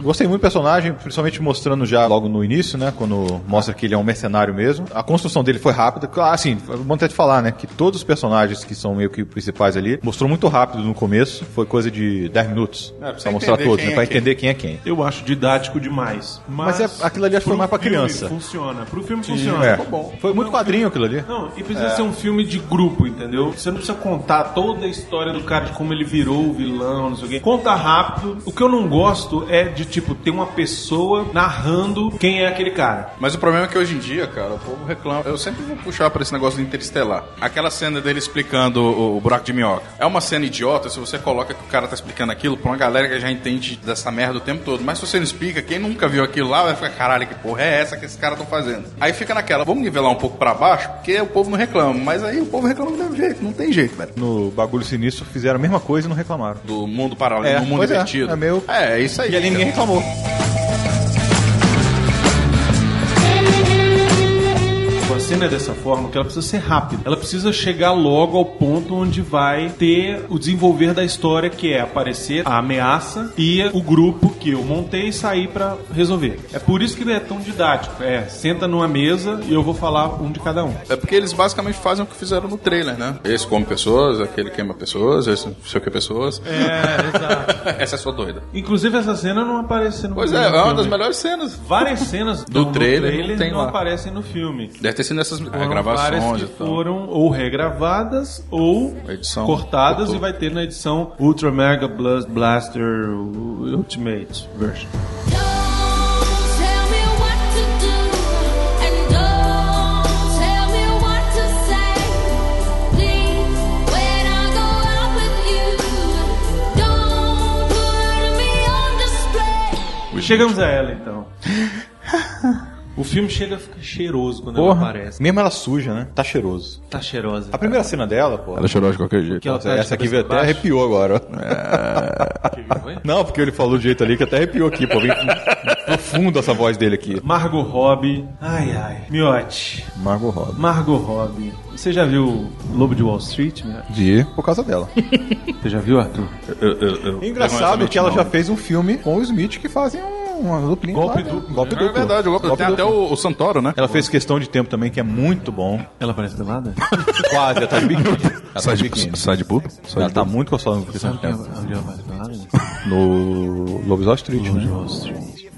Gostei muito do personagem, principalmente mostrando já logo no início, né? Quando mostra que ele é um mercenário mesmo. A construção dele foi rápida. Claro, assim, vamos até te falar, né? Que todos os personagens que são meio que principais ali, mostrou muito rápido no começo. Foi coisa de 10 minutos. pra você pra mostrar entender todos, quem né? é Pra quem. entender quem é quem. Eu acho didático demais. Mas, Mas é- aquilo ali acho que foi pro mais pra filme criança. Funciona. Pro filme funciona. É. Ficou bom. Foi muito quadrinho aquilo ali. Não, e precisa ser um filme de grupo, entendeu? Você não precisa contar toda a história do cara, de como ele virou o vilão, não sei o quê. Conta rápido. O que eu não gosto é de, tipo, ter uma pessoa narrando quem é aquele cara. Mas o problema é que hoje em dia, cara, o povo reclama. Eu sempre vou puxar pra esse negócio do Interestelar. Aquela cena dele explicando o, o buraco de minhoca. É uma cena idiota se você coloca que o cara tá explicando aquilo pra uma galera que já entende dessa merda o tempo todo. Mas se você não explica, quem nunca viu aquilo lá vai ficar, caralho, que porra é essa que esses caras estão fazendo? Aí fica naquela, vamos nivelar um pouco pra baixo, porque o povo não reclama. Mas aí o povo reclama do mesmo jeito, não tem jeito, velho. No Bagulho Sinistro fizeram a mesma coisa e não reclamaram. Do mundo paralelo, É, do mundo pois é, invertido. é meio- É, é isso aí. E ali ninguém cara. reclamou. A cena é dessa forma que ela precisa ser rápida. Ela precisa chegar logo ao ponto onde vai ter o desenvolver da história, que é aparecer a ameaça e o grupo que eu montei sair pra resolver. É por isso que ele é tão didático. É, senta numa mesa e eu vou falar um de cada um. É porque eles basicamente fazem o que fizeram no trailer, né? Esse come pessoas, aquele queima pessoas, esse não sei o que pessoas. É, exato. Essa é sua doida. Inclusive essa cena não aparece no Pois no é, é uma filme. das melhores cenas. Várias cenas Do no trailer, não tem não lá. aparecem no filme. Deve ter sido essas Foram gravações várias e que tal. foram ou regravadas ou Edição. cortadas Cortou. e vai ter na edição Ultra Mega Blast Blaster Ultimate Version. Chegamos a ela então. O filme chega a ficar cheiroso quando ela aparece. Mesmo ela suja, né? Tá cheiroso. Tá cheirosa. A primeira cena dela, pô. chorou de qualquer jeito. ela tá de essa aqui cabeça veio pra até baixo. arrepiou agora. Não, porque ele falou do jeito ali que até arrepiou aqui, pô. Vem profundo essa voz dele aqui. Margot Robbie. Ai, ai. Miotti. Margot Robbie. Margot Robbie. Você já viu Lobo de Wall Street, Miotti? De por causa dela. Você já viu, Arthur? Engraçado que ela já fez um filme com o Smith que fazem um- uma duplinha. Golpe lá, duplo. Golpe duplo. É verdade, o golpe tem até o, o Santoro, né? Ela fez questão de tempo também, que é muito bom. Ela parece pelada? Quase, ela tá de biquíni. Ela tá de biquíni. de bobo? Ela tá muito gostosa no questão de tempo. No Lobos Wall Street, né?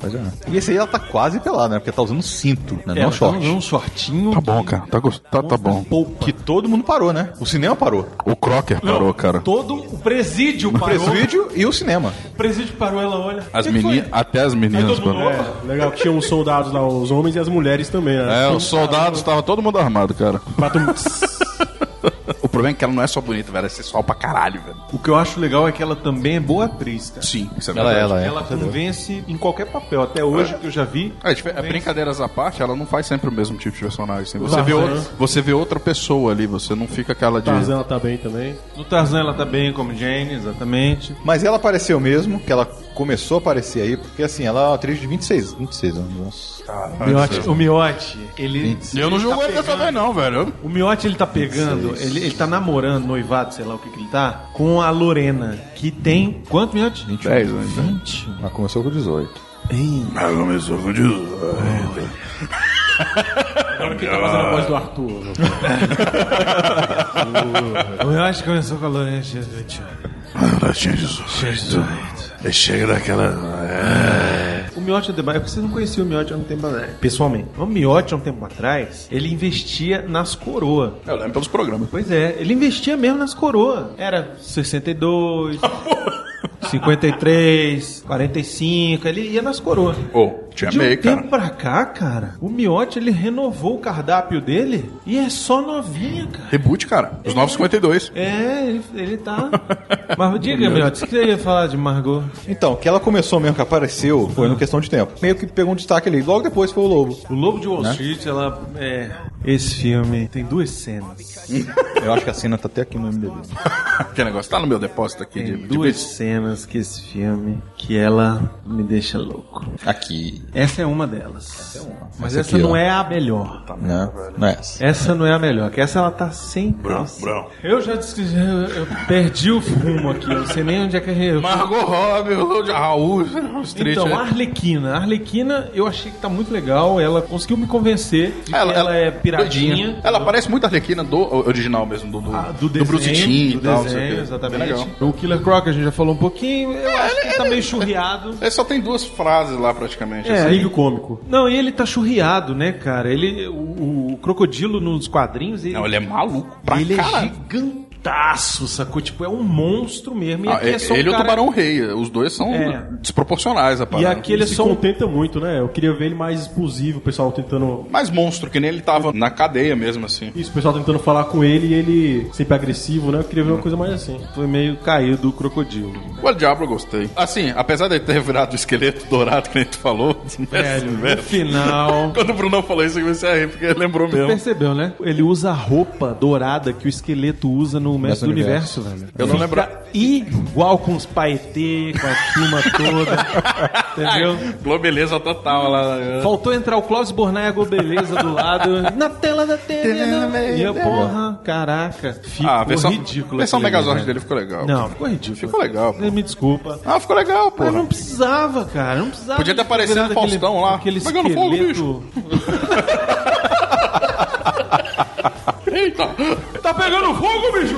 Pois é. E esse aí ela tá quase pelada, né? Porque tá usando cinto, né? É, não ela tá short. usando um shortinho. Tá bom, cara. Tá, gost... tá, tá bom. Poupa. Que todo mundo parou, né? O cinema parou. O Crocker parou, cara. Todo o presídio O parou. presídio e o cinema. O presídio parou, ela olha. As meninas, até as meninas pararam. É, legal que tinha os soldados lá, os homens e as mulheres também, né? É, os soldados estavam todo mundo armado, cara. Quatro- O problema é que ela não é só bonita, velho. É sexual pra caralho, velho. O que eu acho legal é que ela também é boa atriz, cara. Sim, isso é Ela, verdade. ela é. Ela convence em qualquer papel. Até hoje que eu já vi. É, tipo, é, brincadeiras à parte, ela não faz sempre o mesmo tipo de personagem. assim. Você, vê outra, você vê outra pessoa ali, você não fica aquela de. Tarzan tá bem também. No Tarzan ela tá bem, como Jane, exatamente. Mas ela apareceu mesmo, que ela começou a aparecer aí, porque assim, ela é uma atriz de 26, 26 anos. né? Nossa. Miotti- o Miotti, ele. Eu não julgo ele tá dessa vez, não, velho. O Miotti ele tá pegando, ele, ele tá namorando, noivado, sei lá o que que ele tá, com a Lorena, que tem. Quanto, Miotti? 10 anos, né? 20. Ela começou com 18. Ela começou com 18. Agora quem tá fazendo a voz do Arthur? O Miotti começou com a Lorena, tinha 20 anos. Ah, tá, Ela tinha 18. E chega daquela. O Miotti é um deba- é porque você não conhecia o Miotti há um tempo atrás. Pessoalmente. O Miotti há um tempo atrás, ele investia nas coroas. Eu lembro pelos programas. Pois é, ele investia mesmo nas coroas. Era 62, 53, 45, ele ia nas coroas. Ou, Tinha de um meio, cara. tempo pra cá, cara, o Miotti, ele renovou o cardápio dele e é só novinha, cara. Reboot, cara. Os 952. É, ele, ele tá... Mas diga, Miotti, o que você ia falar de Margot? Então, que ela começou mesmo, que apareceu, foi no questão de tempo. Meio que pegou um destaque ali. Logo depois foi o Lobo. O Lobo de Wall Né? Street, ela... É... Esse filme tem duas cenas. Eu acho que a cena tá até aqui no MDB. que negócio tá no meu depósito aqui de, Tem de duas bits. cenas que esse filme que ela me deixa louco. Aqui. Essa é uma delas. Mas Essa essa, aqui, não ó. é a melhor. Né? Não é essa. Essa não é a melhor, que essa ela tá sem calça. Eu já disse que já- eu, eu perdi o rumo aqui, eu não sei nem onde é que eu... Margot Robbie, o Lord Raul, o Street. Então, a né? Arlequina. A Arlequina eu achei que tá muito legal. Ela conseguiu me convencer de Ela- que ela- ela, é piradinha. Doidinha. Ela parece muito a Arlequina do o- original mesmo, do, do, Ah, do, Bruce Timm e do tal. não sei o desenho, quê. exatamente. Bem legal. O Killer Croc a gente já falou um pouquinho. Eu acho que ele tá meio churriado. Ele só tem duas frases lá praticamente. É, assim. Alívio cômico. Não, e ele tá churriado, né, cara? Ele, o, o crocodilo nos quadrinhos, ele, Não, ele é maluco pra ele é caralho. gigantaço, sacou? Tipo, é um monstro mesmo. E Ah, aqui é só um ele e o cara- Tubarão Rei, os dois são É. desproporcionais, rapaz. E aqui ele é se só um... contenta muito, né? Eu queria ver ele mais explosivo, o pessoal tentando. Mais monstro, que nem ele tava na cadeia mesmo, assim. Isso, o pessoal tentando falar com ele e ele sempre agressivo, né? Eu queria ver Hum. uma coisa mais assim. Foi meio caído o crocodilo. O Diablo eu gostei. Assim, apesar de ele ter virado o esqueleto dourado que a gente falou, assim, É, Velho, no final... Quando o Bruno falou isso, eu comecei a rir, porque ele lembrou mesmo. Percebeu, né? Ele usa a roupa dourada que o esqueleto usa no Mestre do Universo, velho. Eu não Fica lembra- Igual com os paetê, com a turma toda. entendeu? Globeleza total Ah, lá. Faltou entrar o Clóvis Bornai e a Gobeleza do lado. na tela da TV. E eu, porra, caraca. Ficou Ah, a versão, ridículo. versão aquele Megazord negócio. dele ficou legal. Não, ficou ridículo. Ficou legal, pô. Me desculpa. Ah, ficou legal, pô. Mas não precisava, cara. Não precisava. Podia ter de aparecido virado o Faustão lá. Aquele Pegando esqueleto. fogo, Eita! tá pegando fogo, bicho!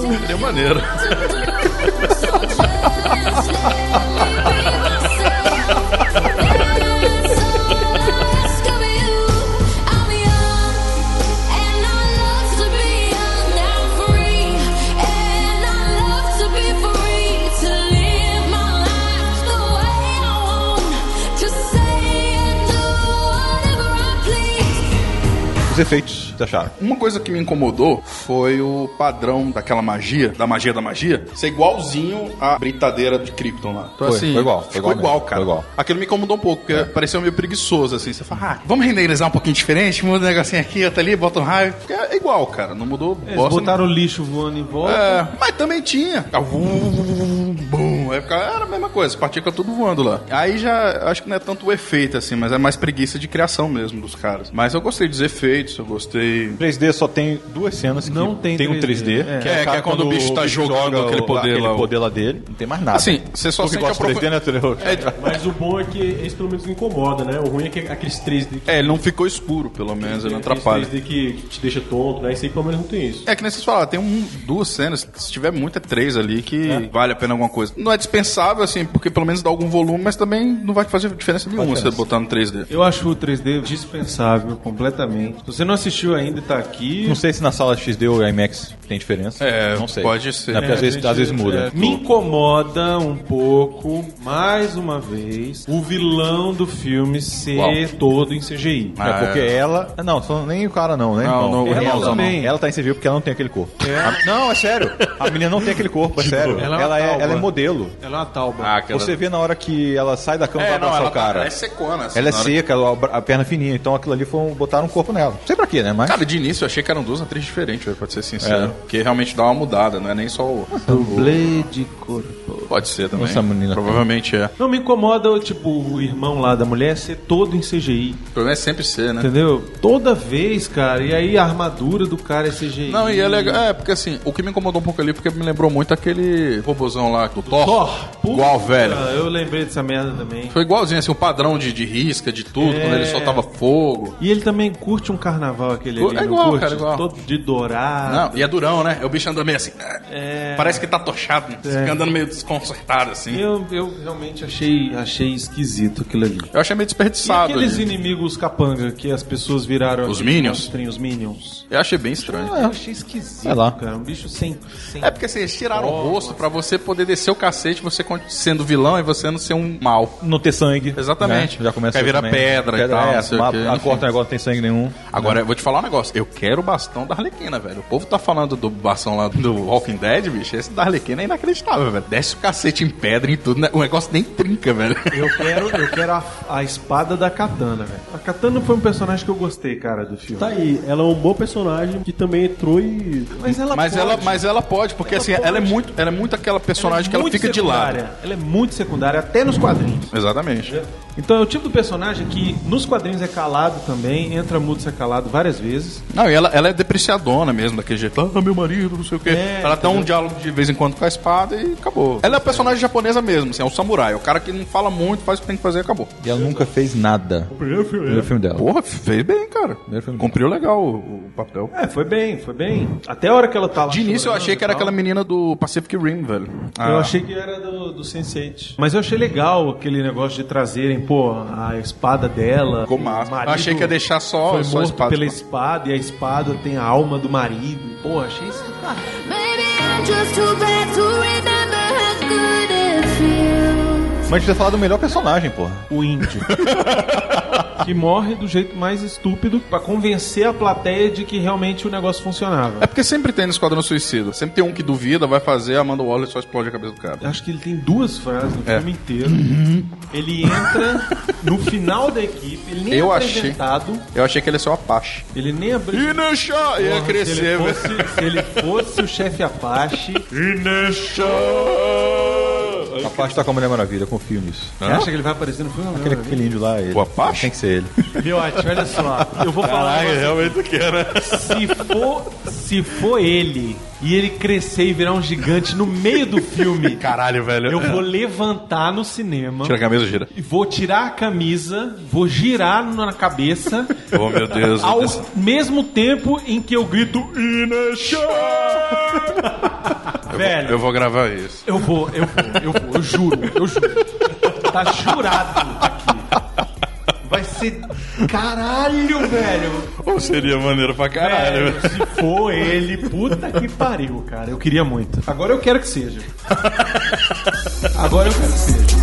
Seria maneiro. Os efeitos, vocês acharam? Uma coisa que me incomodou foi o padrão daquela magia, da magia da magia, ser igualzinho à brincadeira de Krypton lá. Então, Foi, foi igual, foi ficou igual igual, mesmo, cara. foi igual. É. Aquilo me incomodou um pouco, porque pareceu meio preguiçoso, assim. Você fala, ah, vamos renderizar um pouquinho diferente, muda um negocinho aqui, outro ali, bota um raio. Porque é igual, cara, não mudou Eles bosta botaram o lixo voando em volta. é, mas também tinha. Ah, vum, vum, vum, bum. Aí ficava- Era a mesma coisa, partícula tudo voando lá. Aí já acho que não é tanto o efeito assim, mas é mais preguiça de criação mesmo dos caras. Mas eu gostei dos efeitos, eu gostei. 3D só tem duas cenas que Não tem um 3D. 3D, é. É, que cara é quando o bicho tá jogando joga aquele o- poder aquele lá, o- poder lá dele. Não tem mais nada. Assim, você só Tu que sente a gosta de profu- 3D, né, Tadeu? É, Mas o bom é que esse pelo menos não incomoda, né? O ruim é que aqueles 3D que, é, ele não ficou escuro, pelo menos, ele não aqueles atrapalha. 3D que te deixa tonto, né? Isso aí pelo menos não tem isso. É que nem vocês falaram, tem um, duas cenas, se tiver muito é três ali, que vale a pena alguma coisa. Não é dispensável, assim, porque pelo menos dá algum volume, mas também não vai fazer diferença nenhuma você botar no 3D. Eu acho o 3D dispensável completamente. Se você não assistiu ainda e tá aqui. Não sei se na sala XD ou IMAX tem diferença. É, não sei. pode ser. Não, porque É, às, vezes, às vezes É, muda. me incomoda um pouco, mais uma vez, o vilão do filme ser todo em CGI. É, porque ela. ah, Não, só nem o cara não, né? Ah, Não, não, o ela irmãozão não. também. Ela tá em civil porque ela não tem aquele corpo. A- não, é sério. A menina não tem aquele corpo, é sério. Ela Ela, é uma é, tábua. tá ela é modelo. Ela é uma tauba. Ah, Você vê na hora que ela sai da cama e vai abraçar o cara. Ela é secona, assim, Ela é na hora seca, ela- a perna fininha, então aquilo ali foi um- botaram um corpo nela. Não sei pra quê, né? Mas. Cara, de início eu achei que eram duas atrizes diferentes, velho, pra ser sincero. Porque realmente dá uma mudada, não é nem só o. Ah. Dublê de corpo. Pode ser também. Essa menina. Provavelmente é. Não me incomoda, tipo, o irmão lá da mulher ser todo em CGI, O problema é sempre ser, né? entendeu? Toda vez, cara. E aí a armadura do cara é CGI. Não, e é legal. É, porque assim, o que me incomodou um pouco ali, porque me lembrou muito aquele robozão lá do Thor. Thor, puta, Igual, velho. Eu lembrei dessa merda também. Foi igualzinho, assim, o padrão de, de risca, de tudo, É. quando ele soltava fogo. E ele também curte um carnaval aquele ali, É não igual, curte? cara, igual. Todo de dourado. Não, e é durão, né? O bicho anda meio assim. É. Parece que tá tochado, né? Fica andando meio desconcertado, assim. Eu, Eu, eu realmente achei, achei esquisito aquilo ali. achei meio E desperdiçado. aqueles ali. inimigos capanga que as pessoas viraram Os aqueles Minions? monstrinhos, Os Minions. Eu achei bem estranho. Eu achei esquisito, Sei lá. cara. Um bicho sem. sem... É porque assim, eles tiraram o rosto pra você poder descer o cacete diferente você con- sendo vilão e você não ser um mal. Não ter sangue. Exatamente. Né? Já começa Quer virar também. pedra, Pedra, e tal. é, não sei o ma- quê, a enfim. corta o negócio não tem sangue nenhum. Agora, eu vou te falar um negócio. Eu quero o bastão da Arlequina, velho. O povo tá falando do bastão lá do Walking Dead, bicho. Esse da Arlequina é inacreditável, velho. Desce o cacete em pedra e tudo. né? O negócio nem trinca, velho. Eu quero, eu quero a, a espada da Katana, velho. A Katana foi um personagem que eu gostei, cara, do filme. Tá aí, ela é um bom personagem que também entrou e. Mas ela mas, pode. ela, mas ela pode, porque assim, ela é muito ela é muito aquela personagem que ela muito fica de secundária. lado. Ela é muito secundária, até nos quadrinhos. Exatamente. Então é o tipo do personagem que nos quadrinhos é calado também, entra mudo ser calado várias vezes. Não, e ela, ela é depreciadona mesmo, daquele jeito. Ah, meu marido, não sei o quê. É, ela dá um entendeu? diálogo de vez em quando com a espada e acabou. Ela é uma personagem japonesa mesmo, assim, é um samurai. É o cara que não fala muito, faz o que tem que fazer e acabou. E ela nunca fez nada. O primeiro filme, é. primeiro filme dela. Porra, fez bem, cara. Primeiro filme. Cumpriu legal o, o papel. É, foi bem, foi bem. Até a hora que ela tá lá. De início eu chorando achei e que era tal. aquela menina do Pacific Rim, velho. Ah, Eu achei que era do, do Sense8. Mas eu achei legal aquele negócio de trazerem, pô, a espada dela. Ficou O massa. marido Eu achei que ia deixar só- Foi só a morto espada. pela espada e a espada tem a alma do marido. Pô, achei isso. Maybe I'm just too bad to remember how good it feels. Mas a gente vai falar do melhor personagem, porra. O índio. que morre do jeito mais estúpido pra convencer a plateia de que realmente o negócio funcionava. É porque sempre tem no Esquadrão Suicida. Sempre tem um que duvida, vai fazer, Amanda Waller só explode a cabeça do cara. Eu Acho que ele tem duas frases no É. filme inteiro. Uhum. Ele entra no final da equipe, ele nem Eu é achei. apresentado, Eu achei que ele ia ser um Apache. ele nem é apre- Inexá! Ia Porra, se crescer, ele velho. fosse, se ele fosse o chefe Apache, A parte tá com a Mulher Maravilha, eu confio nisso. você acha que ele vai aparecer no filme? Não, Aquele, não, aquele índio lá, ele. O Apache? Tem que ser ele. Miotti, olha só. Eu vou falar. um negócio. realmente né? que era. se, for, se for ele e ele crescer e virar um gigante no meio do filme, Caralho, velho. eu vou levantar no cinema. Tira a camisa, gira. e Vou tirar a camisa, vou girar na cabeça, Oh, meu Deus. ao mesmo tempo em que eu grito Inexá! Velho, Eu vou gravar isso. Eu vou, eu vou, eu vou, eu juro, eu juro. Tá jurado aqui. Vai ser. Caralho, velho! Ou seria maneiro pra Velho, É. se for ele, puta que pariu, cara. Eu queria muito. Agora eu quero que seja. Agora eu quero que seja.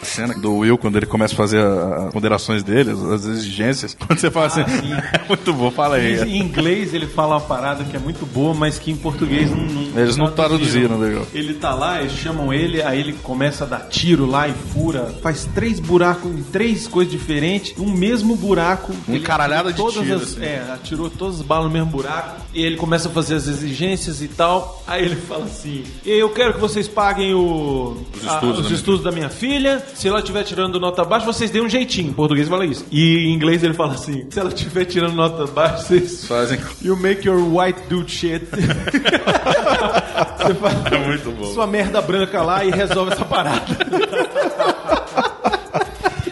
A cena do Will, quando ele começa a fazer a- as ponderações dele, as- as exigências, quando você fala assim, Ah, sim. é muito bom, fala aí. Em inglês ele fala uma parada que é muito boa, mas que em português não. não Eles não traduziram, legal. Ele tá lá, eles chamam ele, aí ele começa a dar tiro lá e fura. Faz três buracos em três coisas diferentes, um mesmo buraco. Um Ele caralhada atirou de todas tiro, as- assim. É, atirou todas as balas no mesmo buraco. E ele começa a fazer as exigências e tal. Aí ele fala assim: Eu quero que vocês paguem o, Os a- estudos da os minha estudos da minha filha. Se ela estiver tirando nota baixa, vocês deem um jeitinho. Em português fala isso. E em inglês ele fala assim: Se ela estiver tirando nota baixa, vocês Fazem. You make your white dude shit. Você faz É muito bom. sua merda branca lá e resolve essa parada.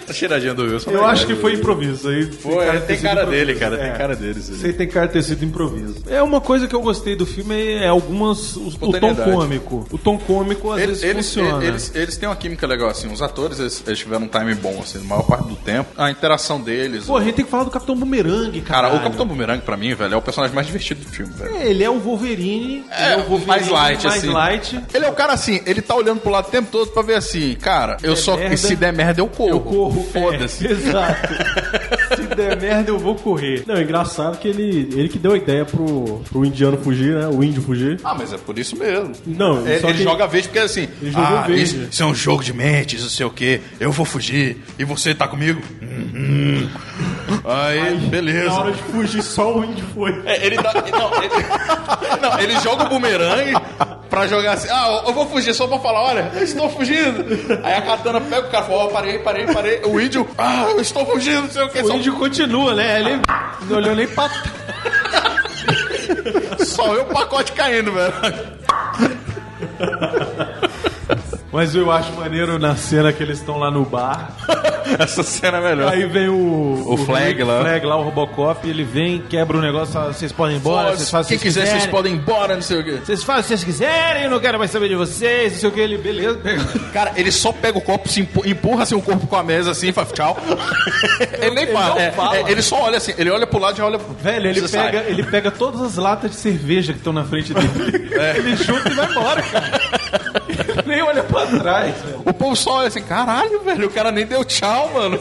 A cheiradinha tá do Will. só Eu vai- acho que foi improviso. Aí Pô, é, de ter tem sido cara improviso. dele, cara. É. Tem cara dele. isso aí. Sei tem cara de ter sido improviso. É uma coisa que eu gostei do filme, é algumas. O, o tom Espontaneidade. cômico. O tom cômico às Eles, vezes eles, funciona. eles- eles têm uma química legal, assim. Os atores, eles, eles tiveram um time bom, assim, a maior parte do tempo. A interação deles. Pô, a gente tem que falar do Capitão Bumerangue, cara, cara. o Capitão Bumerangue, pra mim, velho, é o personagem mais divertido do filme, velho. Ele é o Wolverine. É, ele o Wolverine mais light, mais assim. light. Ele é o cara assim, ele tá olhando pro lado o tempo todo pra ver assim, cara, eu é só. merda, se der merda, eu corro. Eu corro, Foda-se. É, exato. Se der merda, eu vou correr. Não, é engraçado que ele, ele que deu a ideia pro, pro indiano fugir, né? O índio fugir. Ah, mas é por isso mesmo. Não, É, só ele que- joga verde porque assim. Ele jogou ah, verde." Isso, isso é um jogo de mentes, não sei o quê. Eu vou fugir. E você tá comigo? Hum, hum. Aí, beleza. Na hora de fugir, só o índio foi. É, ele dá. Não, ele, não, ele joga o bumerangue pra jogar assim. Ah, eu vou fugir só pra falar, olha, eu estou fugindo. Aí a katana pega o cara e fala, ó, parei, parei, parei. O índio, ah, eu estou fugindo, não sei o que. O Só, índio continua, né? Ele não olhou nem pra só eu o pacote caindo, velho. Mas eu acho maneiro na cena que eles estão lá no bar. Essa cena é melhor. Aí vem o. O Flag Rick lá. Flag lá, o Robocop, ele vem, quebra o negócio, fala, vocês podem ir embora, Fala, vocês fazem quem o que quiser, vocês quiserem. podem ir embora, não sei o quê. Vocês fazem o que vocês quiserem, eu não quero mais saber de vocês, não sei o que, ele, beleza. Cara, ele só pega o copo, se empu- empurra seu corpo com a mesa assim e fala tchau. ele nem fala. não É, fala. é, ele só olha assim, ele olha pro lado e já olha. Velho, ele pega, ele pega todas as latas de cerveja que estão na frente dele. É. Ele chuta e vai embora, cara. Nem olha pra trás. O povo só olha assim, caralho, velho, o cara nem deu tchau, mano.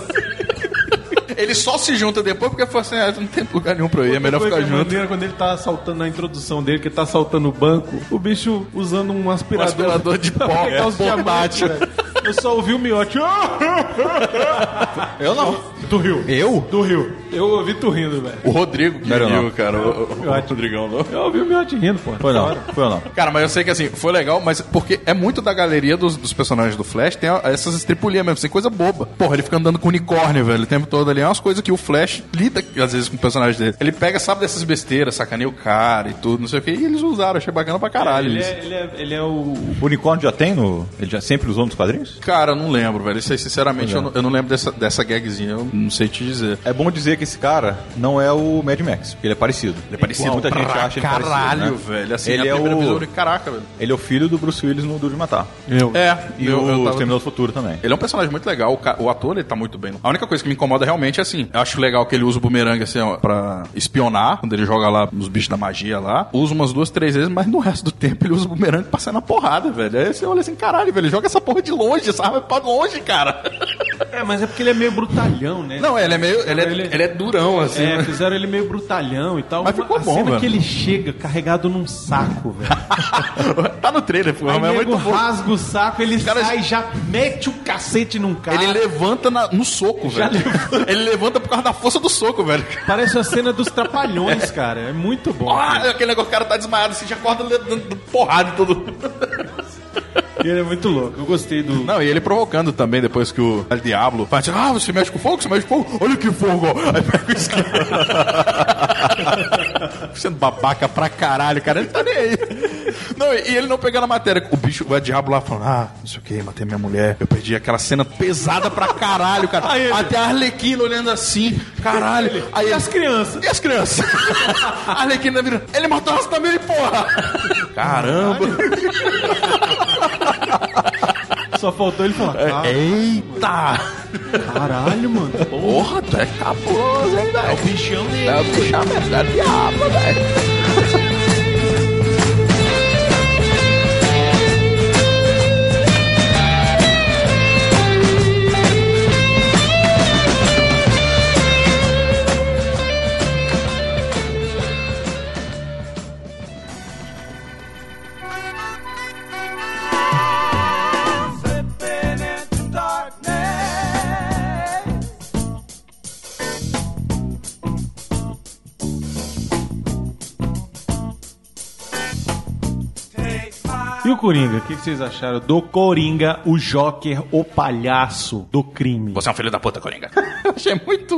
Ele só se junta depois porque fala assim: ah, não tem lugar nenhum pra eu ir, é melhor Coisa ficar junto. maneira, quando ele tá assaltando na introdução dele, que ele tá assaltando o banco, o bicho usando um aspirador, Um aspirador de pra pó, pegar os é, diamantes, portátil. velho. Eu só ouvi o miote. Eu não. Do Rio. Eu? Do Rio. Eu ouvi tu rindo, velho. O Rodrigo que Melhor viu, não. cara. O, o- o acho- Rodrigão não. Eu ouvi o miote rindo, pô. Foi não, foi não. Cara, mas eu sei que assim, foi legal, mas porque é muito da galeria dos, dos personagens do Flash, tem a- essas estripulias mesmo, assim, coisa boba. Porra, ele fica andando com unicórnio, velho, o tempo todo ali. É umas coisas que o Flash lida, às vezes, com o personagem dele. Ele pega, sabe dessas besteiras, sacaneia o cara e tudo, não sei o que, e eles usaram, achei bacana pra caralho Ele isso. é, ele é- ele é o. O unicórnio já tem no. Ele já sempre usou nos quadrinhos? Cara, eu não lembro, velho. Isso aí, sinceramente, eu não, eu não lembro dessa, dessa gagzinha, eu não sei te dizer. É bom dizer que esse cara não é o Mad Max, porque ele é parecido. Ele é parecido, Igual muita gente pra acha ele parecido. Caralho, né? velho. Assim, ele a é primeira vez eu olhei, o. Caraca, velho. Ele é o filho do Bruce Willis no Duro de Matar. Eu. É, E eu, o eu tava- Terminal do Futuro também. Ele é um personagem muito legal, o, ca- o ator ele tá muito bem. A única coisa que me incomoda realmente é assim, eu acho legal que ele usa o bumerangue assim, ó, pra espionar, quando ele joga lá nos bichos da magia lá, usa umas duas, três vezes, mas no resto do tempo ele usa o bumerangue pra sair na porrada, velho. Aí você olha assim, caralho, velho, ele joga essa porra de longe, essa arma é pra longe, cara. É, mas é porque ele é meio brutalhão, né? Não, ele é meio, ele é, ele é durão assim, É, né? fizeram ele meio brutalhão e tal. Mas Uma- ficou a bom, cena velho. que ele chega carregado num saco, velho. tá no trailer, pô, Aí mas é nego muito bom. rasga o saco, ele caras- sai e já mete o cacete num cara. Ele levanta na- no soco, velho. Ele levanta por causa da força do soco, velho. Parece a cena dos trapalhões, cara. É muito bom. cara. Ah, aquele negócio, o cara tá desmaiado, assim, já acorda dando porrada e tudo. Ele é muito louco. Eu gostei do. Não, e ele provocando também, depois que o El Diablo faz assim, ah, você mexe com fogo, você mexe com fogo, olha que fogo! Aí pega o isqueiro. Sendo babaca pra caralho, cara, ele tá nem aí. Não, e e ele não pegando a matéria. O bicho, o El Diablo lá falando, ah, não sei o que, matei minha mulher. Eu perdi aquela cena pesada pra caralho, cara. Aí ele- Até a Arlequina olhando assim, caralho. Aí E ele- as crianças? e as crianças? a Arlequina vira, ele matou as também, porra! Caramba! Só faltou ele falar. É. Ah. "Cara, Eita! Caralho, mano. Porra, tu é cabuloso, hein, velho? É o bichão dele. É o bichão mesmo, é o diabo, velho. E o Coringa? O que que vocês acharam do Coringa, o Joker, o palhaço do crime? Você é um filho da puta, Coringa. Achei muito.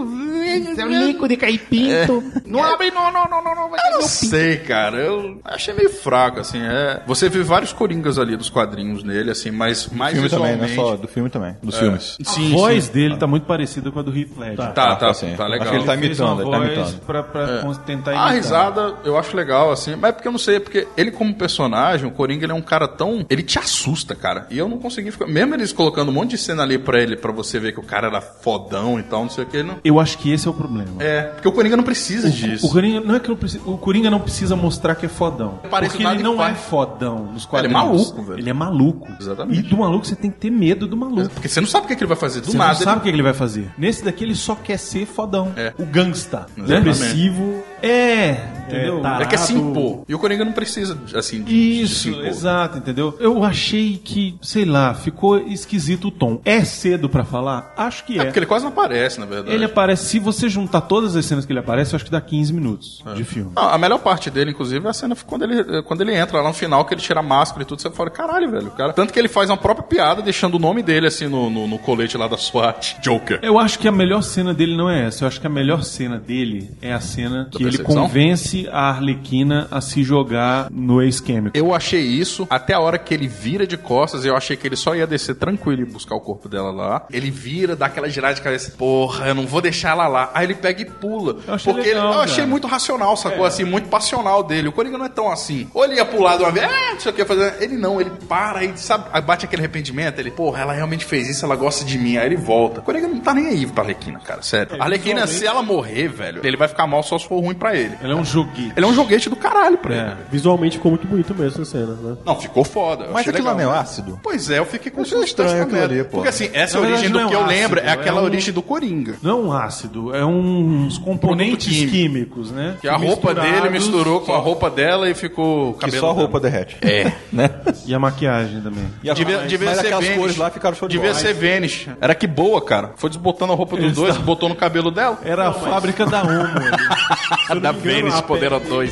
É um líquido de caipinto. Não abre, não, não, não, não, não. Vai Eu não sei, cara. Eu achei meio fraco, assim. É... Você vê vários Coringas ali dos quadrinhos nele, assim, mas mais filme também, não é visualmente... só É. do filme também. Dos filmes. Sim, a voz sim. dele tá muito parecida com a do Heath Ledger. Tá, tá, sim. tá Acho legal. que ele tá Fez imitando, ele uma tá voz imitando. pra, pra cons- tentar A imitar. risada eu acho legal, assim, mas é porque eu não sei, porque ele como personagem, o Coringa, ele é um cara tão... Ele te assusta, cara. E eu não consegui ficar... Mesmo eles colocando um monte de cena ali pra ele, pra você ver que o cara era fodão e tal, não sei o que, ele não... Eu acho que esse é o problema. É, porque o Coringa não precisa disso. O Coringa não é que não precisa, o Coringa não precisa mostrar que é fodão. Parece porque nada ele não que faz. é fodão Ele nos é quadrinhos. maluco, velho. Ele é maluco. Exatamente. E do maluco você tem que ter medo do maluco. Porque você não sabe o que, que ele vai fazer do Você nada. não sabe o que ele vai fazer. Nesse daqui ele só quer ser fodão. É. O gangsta. né? Exatamente. Depressivo. É, entendeu? Ele tá quer se impor. assim, E o Coringa não precisa, assim, de se Isso, impor. exato, entendeu? Eu achei que, sei lá, ficou esquisito o tom. É cedo pra falar? Acho que É é. porque ele quase não aparece, na verdade. Ele aparece, se você juntar todas as cenas que ele aparece, eu acho que dá 15 minutos É. de filme. Não, a melhor parte dele, inclusive, é a cena quando ele, quando ele entra lá no final, que ele tira a máscara e tudo, você fala, caralho, velho, o cara. Tanto que ele faz uma própria piada, deixando o nome dele, assim, no, no, no colete lá da SWAT. Joker. Eu acho que a melhor cena dele não é essa. Eu acho que a melhor cena dele é a cena que Ele Percepção? convence a Arlequina a se jogar no ex-químico. Eu achei isso até a hora que ele vira de costas. Eu achei que ele só ia descer tranquilo e buscar o corpo dela lá. Ele vira, dá aquela girada de cabeça. Porra, eu não vou deixar ela lá. Aí ele pega e pula. achei porque legal, ele, eu achei cara. É. muito racional, sacou? Assim, muito passional dele. O Coringa não é tão assim. Ou ele ia pular de uma vez, ah, não sei o que fazer. Ele não, ele para e sabe, aí bate aquele arrependimento. Ele, porra, ela realmente fez isso, ela gosta de mim. Aí ele volta. O Coringa não tá nem aí pra Arlequina, cara, sério. É, A Arlequina, se ela morrer, velho, ele vai ficar mal só se for ruim pra ele. Ele é um joguinho. Ele é um joguete do caralho pra É. ele. Visualmente ficou muito bonito mesmo essa cena, né? Não, ficou foda. eu Mas achei aquilo legal. não é ácido? Pois é, eu fiquei com Achei estranho um aquilo ali, pô. Porque assim, essa Na origem verdade, do não é que eu um lembro é ácido, é aquela um- origem do Coringa. Não é um ácido, é um- uns componentes químico. químicos, né? Que é a roupa Misturados. dele misturou com a roupa dela e ficou o Que cabelo. só a roupa dela. derrete. É. Né? E a maquiagem também. E a- Devia, mas- devia mas ser aquelas Vênice. cores lá ficaram show de Devia bola. ser Vênice. Era que boa, cara. Foi desbotando a roupa dos Eles dois, tavam- botou no cabelo dela. É, Era a fábrica da Homo. ali. da Vênice, Poder É 2.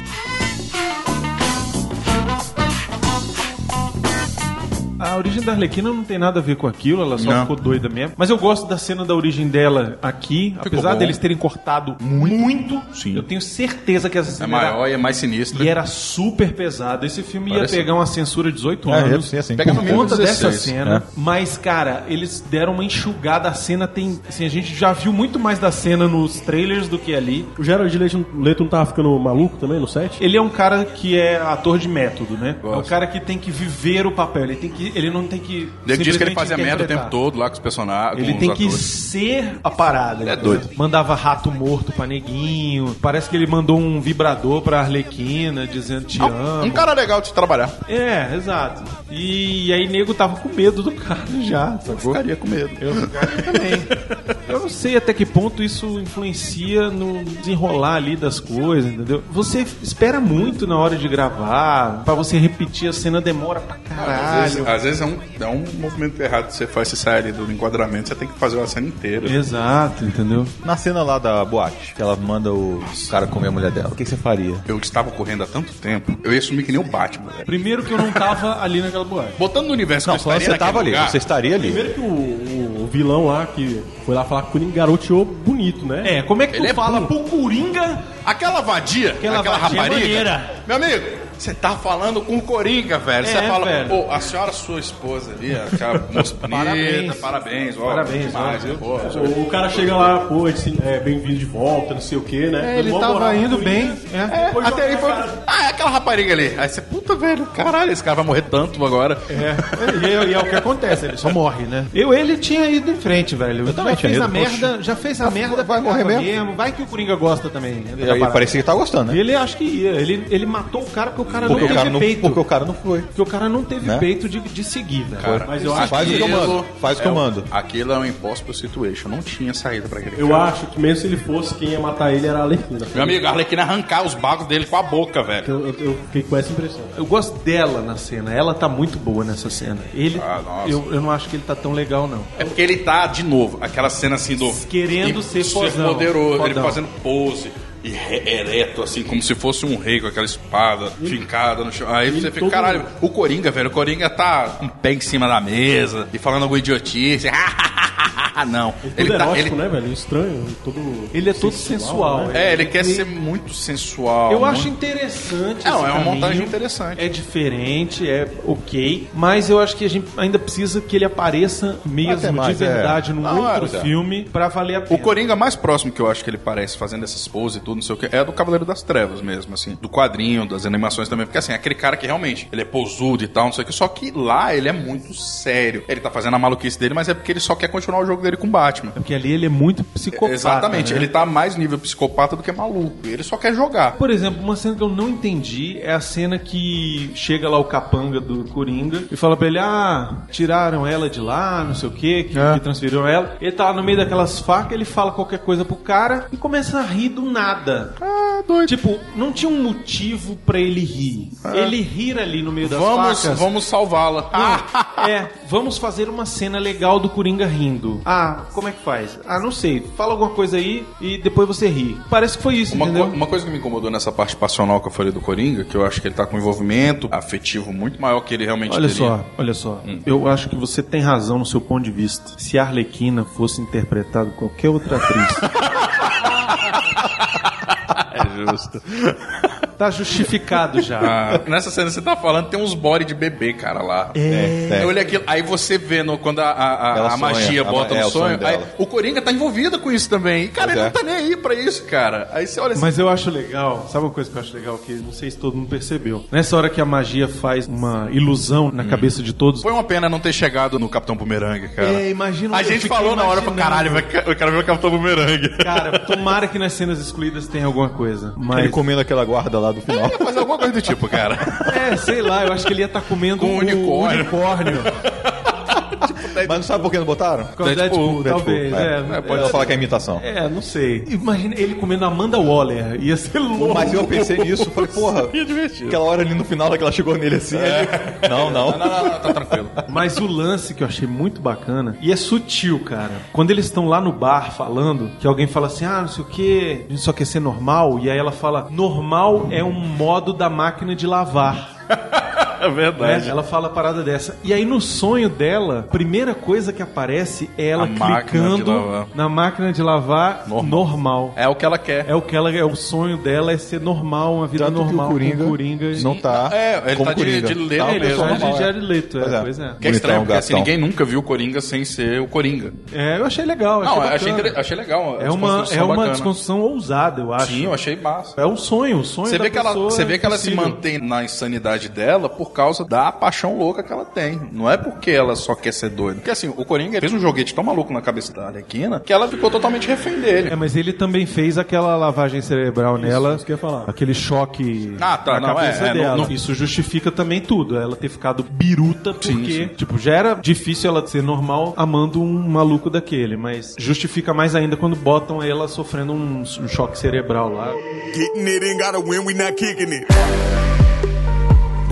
A origem da Arlequina não tem nada a ver com aquilo, ela só Não. ficou doida mesmo. Mas eu gosto da cena da origem dela aqui, apesar bom. deles terem cortado muito, eu tenho certeza que essa É cena era- maior e é mais sinistra. e era super pesada. Esse filme Parece- ia pegar uma censura de 18 É, anos. é, sim, assim, Pega com no Por mínimo conta 16, dessa cena, né? é. mas cara, eles deram uma enxugada. A cena tem. Assim, a gente já viu muito mais da cena nos trailers do que ali. O Gerald Leto, Leto não tava ficando maluco também no set? Ele é um cara que é ator de método, né? É um cara que tem que viver o papel. Ele, tem que, ele não tem que. Nego diz que ele simplesmente fazia merda o interpretar. tempo todo lá com os personagens. Ele com tem os que atores. ser a parada. né? É doido. Mandava rato morto pra neguinho. Parece que ele mandou um vibrador pra Arlequina dizendo te amo. Um cara legal de se trabalhar. É, exato. E aí nego tava com medo do cara já. sacou? Ficaria com medo. Eu ficaria também. Eu não sei até que ponto isso influencia no desenrolar ali das coisas, entendeu? Você espera muito na hora de gravar, pra você repetir a cena demora pra Às caralho. vezes, às vezes é, um, é um movimento errado que você faz, você sai ali do enquadramento, você tem que fazer uma cena inteira. Exato, entendeu? Na cena lá da boate, que ela manda o cara comer a mulher dela. O que que você faria? Eu estava correndo há tanto tempo, eu ia sumir que nem o Batman, velho. Primeiro que eu não tava ali naquela boate. Botando no universo Não, que eu falando estaria que você naquele tava ali, lugar, você estaria ali. Primeiro que o, o- o vilão lá que foi lá falar com o Coringa garoteou bonito, né? É, como é que Ele tu é fala burro. pro Coringa? Aquela vadia, aquela, Aquela vadia é rapariga. maneira. Meu amigo, você tá falando com o Coringa, velho. Você É, fala, velho. pô, a senhora, sua esposa ali, aquela moça bonita, Parabéns. parabéns, ó, Parabéns, demais, ó, né, viu? pô. O, o cara chega lá, pô, ele se- é, bem-vindo de volta, não sei o que, né? É, ele Uma tava moral, indo Coringa. bem, é. É, até aí foi. Ah, é aquela rapariga ali. Aí você, puta, velho, caralho, esse cara vai morrer tanto agora. É, e, é- e é o que acontece, ele só morre, né? Eu, ele tinha ido em frente, velho. Eu também já tinha fez ido, a poxa. merda, já fez a merda, vai morrer ficava mesmo? Vai que o Coringa gosta também. né, da E aí parada. parecia que tava gostando, E né? ele acho que ia. Ele, ele matou o cara porque o cara Porque não o teve cara não, peito. porque o cara não foi. Porque o cara não teve Né? peito de, de seguir, velho. Mas eu acho, Faz o que eu mando, Aquilo faz o que eu é um- mando. Aquilo é um impossible situation. Não tinha saída pra aquele eu cara. acho que mesmo se ele fosse, quem ia matar ele era a Alerquina. Meu amigo, a Arlequina arrancar os bagos dele com a boca, velho. Eu, eu- eu fiquei com essa impressão. Eu gosto dela na cena. Ela tá muito boa nessa cena. Ele, Ah, nossa. eu, eu não acho que ele tá tão legal, não. É porque ele tá, de novo, aquela cena assim do. Querendo e- ser fodão. poderoso, ele Fodão. fazendo pose. E re- ereto, assim, como se fosse um rei com aquela espada fincada no chão. Aí você fica, todo- caralho, o Coringa, velho, o Coringa tá com o pé em cima da mesa e falando alguma idiotice. É Não. Tudo Ele tá. erótico, Ele, né, velho? Estranho. Todo Ele é todo sensual. né? é, ele quer ser muito sensual. Eu muito- acho interessante. Não, esse é uma caminho. montagem interessante. É diferente, é ok. Mas eu acho que a gente ainda precisa que ele apareça Até mesmo, mais, é. de verdade, num Na hora, outro tá. filme, pra valer a O pena. Coringa mais próximo que eu acho que ele parece fazendo essas poses e tudo, não sei o que, é do Cavaleiro das Trevas mesmo, assim. Do quadrinho, das animações também. Porque assim, é aquele cara que realmente, ele é posudo e tal, não sei o que. Só que lá ele é muito sério. Ele tá fazendo a maluquice dele, mas é porque ele só quer continuar o jogo dele com o Batman. Porque ali ele é muito psicopata. Exatamente. né? Ele tá mais nível psicopata do que maluco. Ele só quer jogar. Por exemplo, uma cena que eu não entendi é a cena que chega lá o capanga do Coringa e fala pra ele: Ah, tiraram ela de lá, não sei o quê, que, É. que transferiram ela. Ele tá lá no meio daquelas facas, ele fala qualquer coisa pro cara e começa a rir do nada. Ah, doido. Tipo, não tinha um motivo pra ele rir. Ele rir ali no meio das É. Vamos, facas. vamos salvá-la. Não, é, vamos fazer uma cena legal do Coringa rindo. Ah, como é que faz? Ah, não sei. Fala alguma coisa aí e depois você ri. Parece que foi isso, Uma, entendeu? co- uma coisa que me incomodou nessa parte passional que eu falei do Coringa, que eu acho que ele tá com um envolvimento afetivo muito maior que ele realmente Olha teria. só, olha só. Eu acho que você tem razão no seu ponto de vista. Se a Arlequina fosse interpretada por qualquer outra atriz, É justo. Tá justificado já. Ah, nessa cena que você tá falando, tem uns body de bebê, cara, lá. É. Eu olhei aquilo, aí você vê no- quando a, a- a- Ela a sonha, magia a- bota é, no o sonho sonho, aí dela. o Coringa tá envolvido com isso também. E, cara, Pois ele é. não tá nem aí pra isso, cara. Aí você olha assim, Mas eu acho legal, sabe uma coisa que eu acho legal que não sei se todo mundo percebeu. Nessa hora que a magia faz uma ilusão na cabeça de todos. foi uma pena não ter chegado no Capitão Bumerangue, cara. É, imagina a eu gente fiquei falou na hora, falou, caralho, imaginando. vai ca- eu quero ver o Capitão Bumerangue. Cara, tomara que nas cenas excluídas tenha alguma coisa. Mas. Ele comendo aquela guarda lá do final. Mas alguma coisa do tipo, cara. É, sei lá, eu acho que ele ia estar comendo Com um o unicórnio. unicórnio. Mas não sabe por que não botaram? Com Deadpool, Deadpool, talvez, é. é. É, Pode falar que é imitação. É, não sei. Imagina ele comendo Amanda Waller. Ia ser louco. Mas eu pensei nisso, falei, porra, aquela hora ali no final que ela chegou nele assim. ele- Não, não. tá tranquilo. Mas o lance que eu achei muito bacana, e é sutil, cara. Quando eles estão lá no bar falando, que alguém fala assim, ah, não sei o que, a gente só quer ser normal, e aí ela fala, normal é um modo da máquina de lavar. É né? verdade. Ela fala a parada dessa. E aí no sonho dela, a primeira coisa que aparece é ela A máquina de clicando lavar. na máquina de lavar normal. É o que ela quer. É o que ela é o sonho dela é ser normal, uma vida Tanto que normal o Coringa, com o Coringa. não tá. É, ele como tá de- Coringa. de letra, uma ele pessoa é personagem normal, de é. Jared Leto, é, Pois é. pois é. Que é Bonitão, estranho, porque assim, gatão. ninguém nunca viu o Coringa sem ser o Coringa. É, eu achei legal, achei Não, eu achei, bacana. inter- achei legal. a É uma, desconstrução é uma bacana. desconstrução ousada, eu acho. Sim, eu achei massa. É um sonho, o sonho Você da vê, que ela, pessoa você vê é que ela se possível. mantém na insanidade dela por causa da paixão louca que ela tem. Não é porque ela só quer ser doida. Porque assim, o Coringa fez um joguete tão maluco na cabeça da Arlequina que ela ficou totalmente refém dele. É, mas ele também fez aquela lavagem cerebral nela. isso que eu ia falar. Aquele choque Ah, tá, na não, cabeça é, é, dela. não- não- Isso justifica também tudo. Ela ter ficado biruta porque, tipo, já era difícil ela ser normal amando um maluco daquele, mas justifica mais ainda quando botam ela sofrendo um, um choque cerebral lá. Getting it in, gotta win, we not kicking it.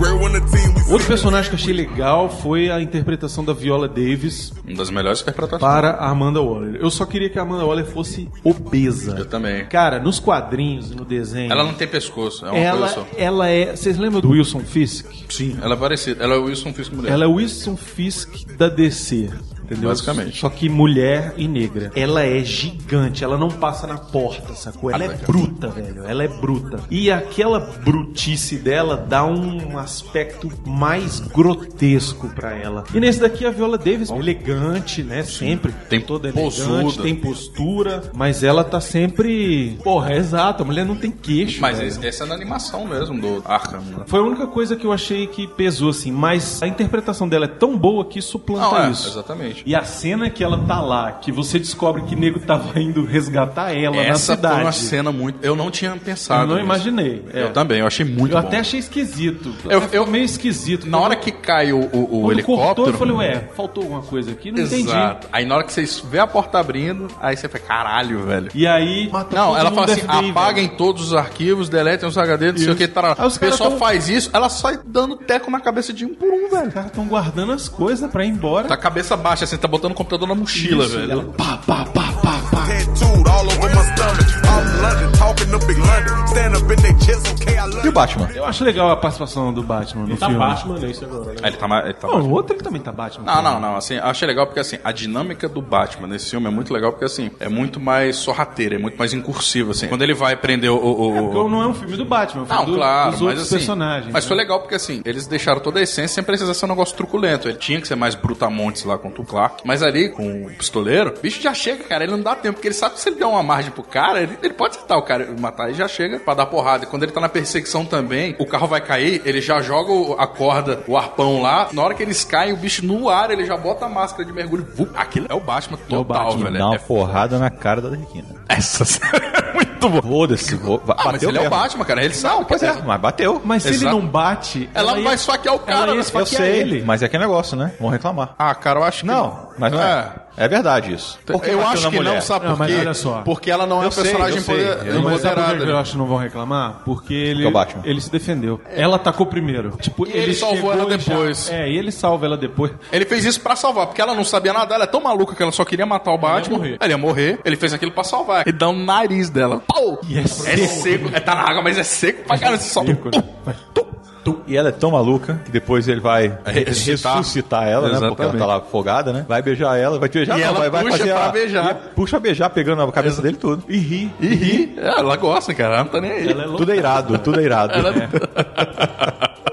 We're on the team, we Outro personagem que eu achei legal foi a interpretação da Viola Davis Uma das melhores interpretações. para a Amanda Waller. Eu só queria que a Amanda Waller fosse obesa. também. Cara, nos quadrinhos, no desenho. Ela não tem pescoço, é uma coisa ela, só. ela é. Vocês lembram do Wilson Fisk? Sim. Ela é parecida. Ela é o Wilson Fisk mulher. Ela é o Wilson Fisk da DC. Entendeu? Basicamente. Só que mulher e negra. Ela é gigante, ela não passa na porta, sacou? Ah, Ela é bruta, velho. Ela é bruta. E aquela brutice dela dá um aspecto mais grotesco pra ela. E nesse daqui a Viola Davis, elegante, né? Sempre. Tem toda postura. elegante, tem postura. Mas ela tá sempre. Porra, é exato. A mulher não tem queixo. Mas velho. esse- essa é na animação mesmo do Arkham. né? Foi a única coisa que eu achei que pesou, assim. Mas a interpretação dela é tão boa que suplanta Não, é, isso. exatamente. E a cena que ela tá lá, que você descobre que nego tava indo resgatar ela é na Essa foi cidade. uma cena muito. Eu não tinha pensado. eu não nisso. imaginei. é. Eu também, eu achei muito Eu bom. até achei esquisito. Eu- Até eu- ficou meio esquisito. Na hora que cai o, o, o Quando helicóptero. cortou, eu falei, ué, faltou alguma coisa aqui? Não entendi. Exato. Aí na hora que vocês vê a porta abrindo, aí você fala, caralho, velho. E aí... Não, ela fala assim, apaguem. apaguem todos os arquivos, deletem os HD, não sei o que, tarará. Aí os O caras pessoal tão- faz isso, ela sai dando teco na cabeça de um por um, velho. Os caras estão guardando as coisas pra ir embora. Tá cabeça baixa, assim, tá botando o computador na mochila, Isso, velho. e ela pá, pá, pá, pá, pá. tattooed all over my stomach. All London, talking up in London. Stand up in their chest, okay, I love E o Batman? Eu acho legal a participação do Batman no Tá filme. Batman, né? Isso agora, né? Aí ele tá, mais- ele tá Não, o outro ele também tá Batman. Não, não, não. Assim, eu achei legal porque assim, a dinâmica do Batman nesse filme é muito legal porque assim, é muito mais sorrateira, é muito mais incursiva, assim. Quando ele vai prender o. o- o- Então não é um filme do Batman, é um filme Não, do- claro, dos mas outros assim. personagens. mas né? foi legal porque assim, eles deixaram toda a essência sem precisar ser um negócio truculento. Ele tinha que ser mais brutamontes lá contra o Clark. Mas ali, com o pistoleiro, o bicho já chega, cara. Ele não dá tempo, porque ele sabe que se ele der uma margem pro cara, ele, ele pode acertar o cara e matar e já chega pra dar porrada. E quando ele tá na perseguição também, o carro vai cair, ele já joga o- a corda, o arpão lá. Na hora que eles caem, o bicho no ar, ele já bota a máscara de mergulho. Vup, aquilo é o Batman total, E velho. né? dá uma É porrada na cara da Requina. essa cena é muito boa. Foda-se. vou- ba- Ah, mas bateu ele é o mesmo. Batman, cara. Ele sabe. Pois cara. é, mas bateu. Mas se ele Exato. não bate, Ela, ia- vai esfaquear o cara. ela né? ia Eu esfaquear sei, ele. mas é aquele negócio, né? Vão reclamar. Ah, cara, eu acho que. Não, mas não é. É, verdade isso. Porque eu bateu acho na que não, mulher. sabe Não, por mas quê? olha só. Porque ela não é Eu um sei, personagem eu sei. poder- Eu Não, mas sabe por empoderada. que eu acho que não vão reclamar? Porque ele, Porque é o Batman. ele se defendeu. Ela atacou primeiro. Tipo, E ele salvou chegou ela e já- depois. É, e ele salva ela depois. Ele fez isso pra salvar, porque ela não sabia nadar, ela é tão maluca que ela só queria matar o Batman. morrer. Ela ia morrer, ele fez aquilo pra salvar. E dá um nariz dela. Pau! E é É seco. seco, é, tá na água, mas é seco pra caramba. Você só. Seco, né? Tum, tum, E ela é tão maluca que depois ele vai É Ressuscitar. ressuscitar ela, né? Porque ela tá lá afogada, né? Vai beijar ela, vai te beijar, E não, ela vai, vai puxa fazer pra a- beijar. e Puxa beijar, pegando a cabeça dele tudo. E ri. E ri. É, Ela gosta, cara. Ela não tá nem aí. Ela é louca. Tudo é irado, tudo é irado.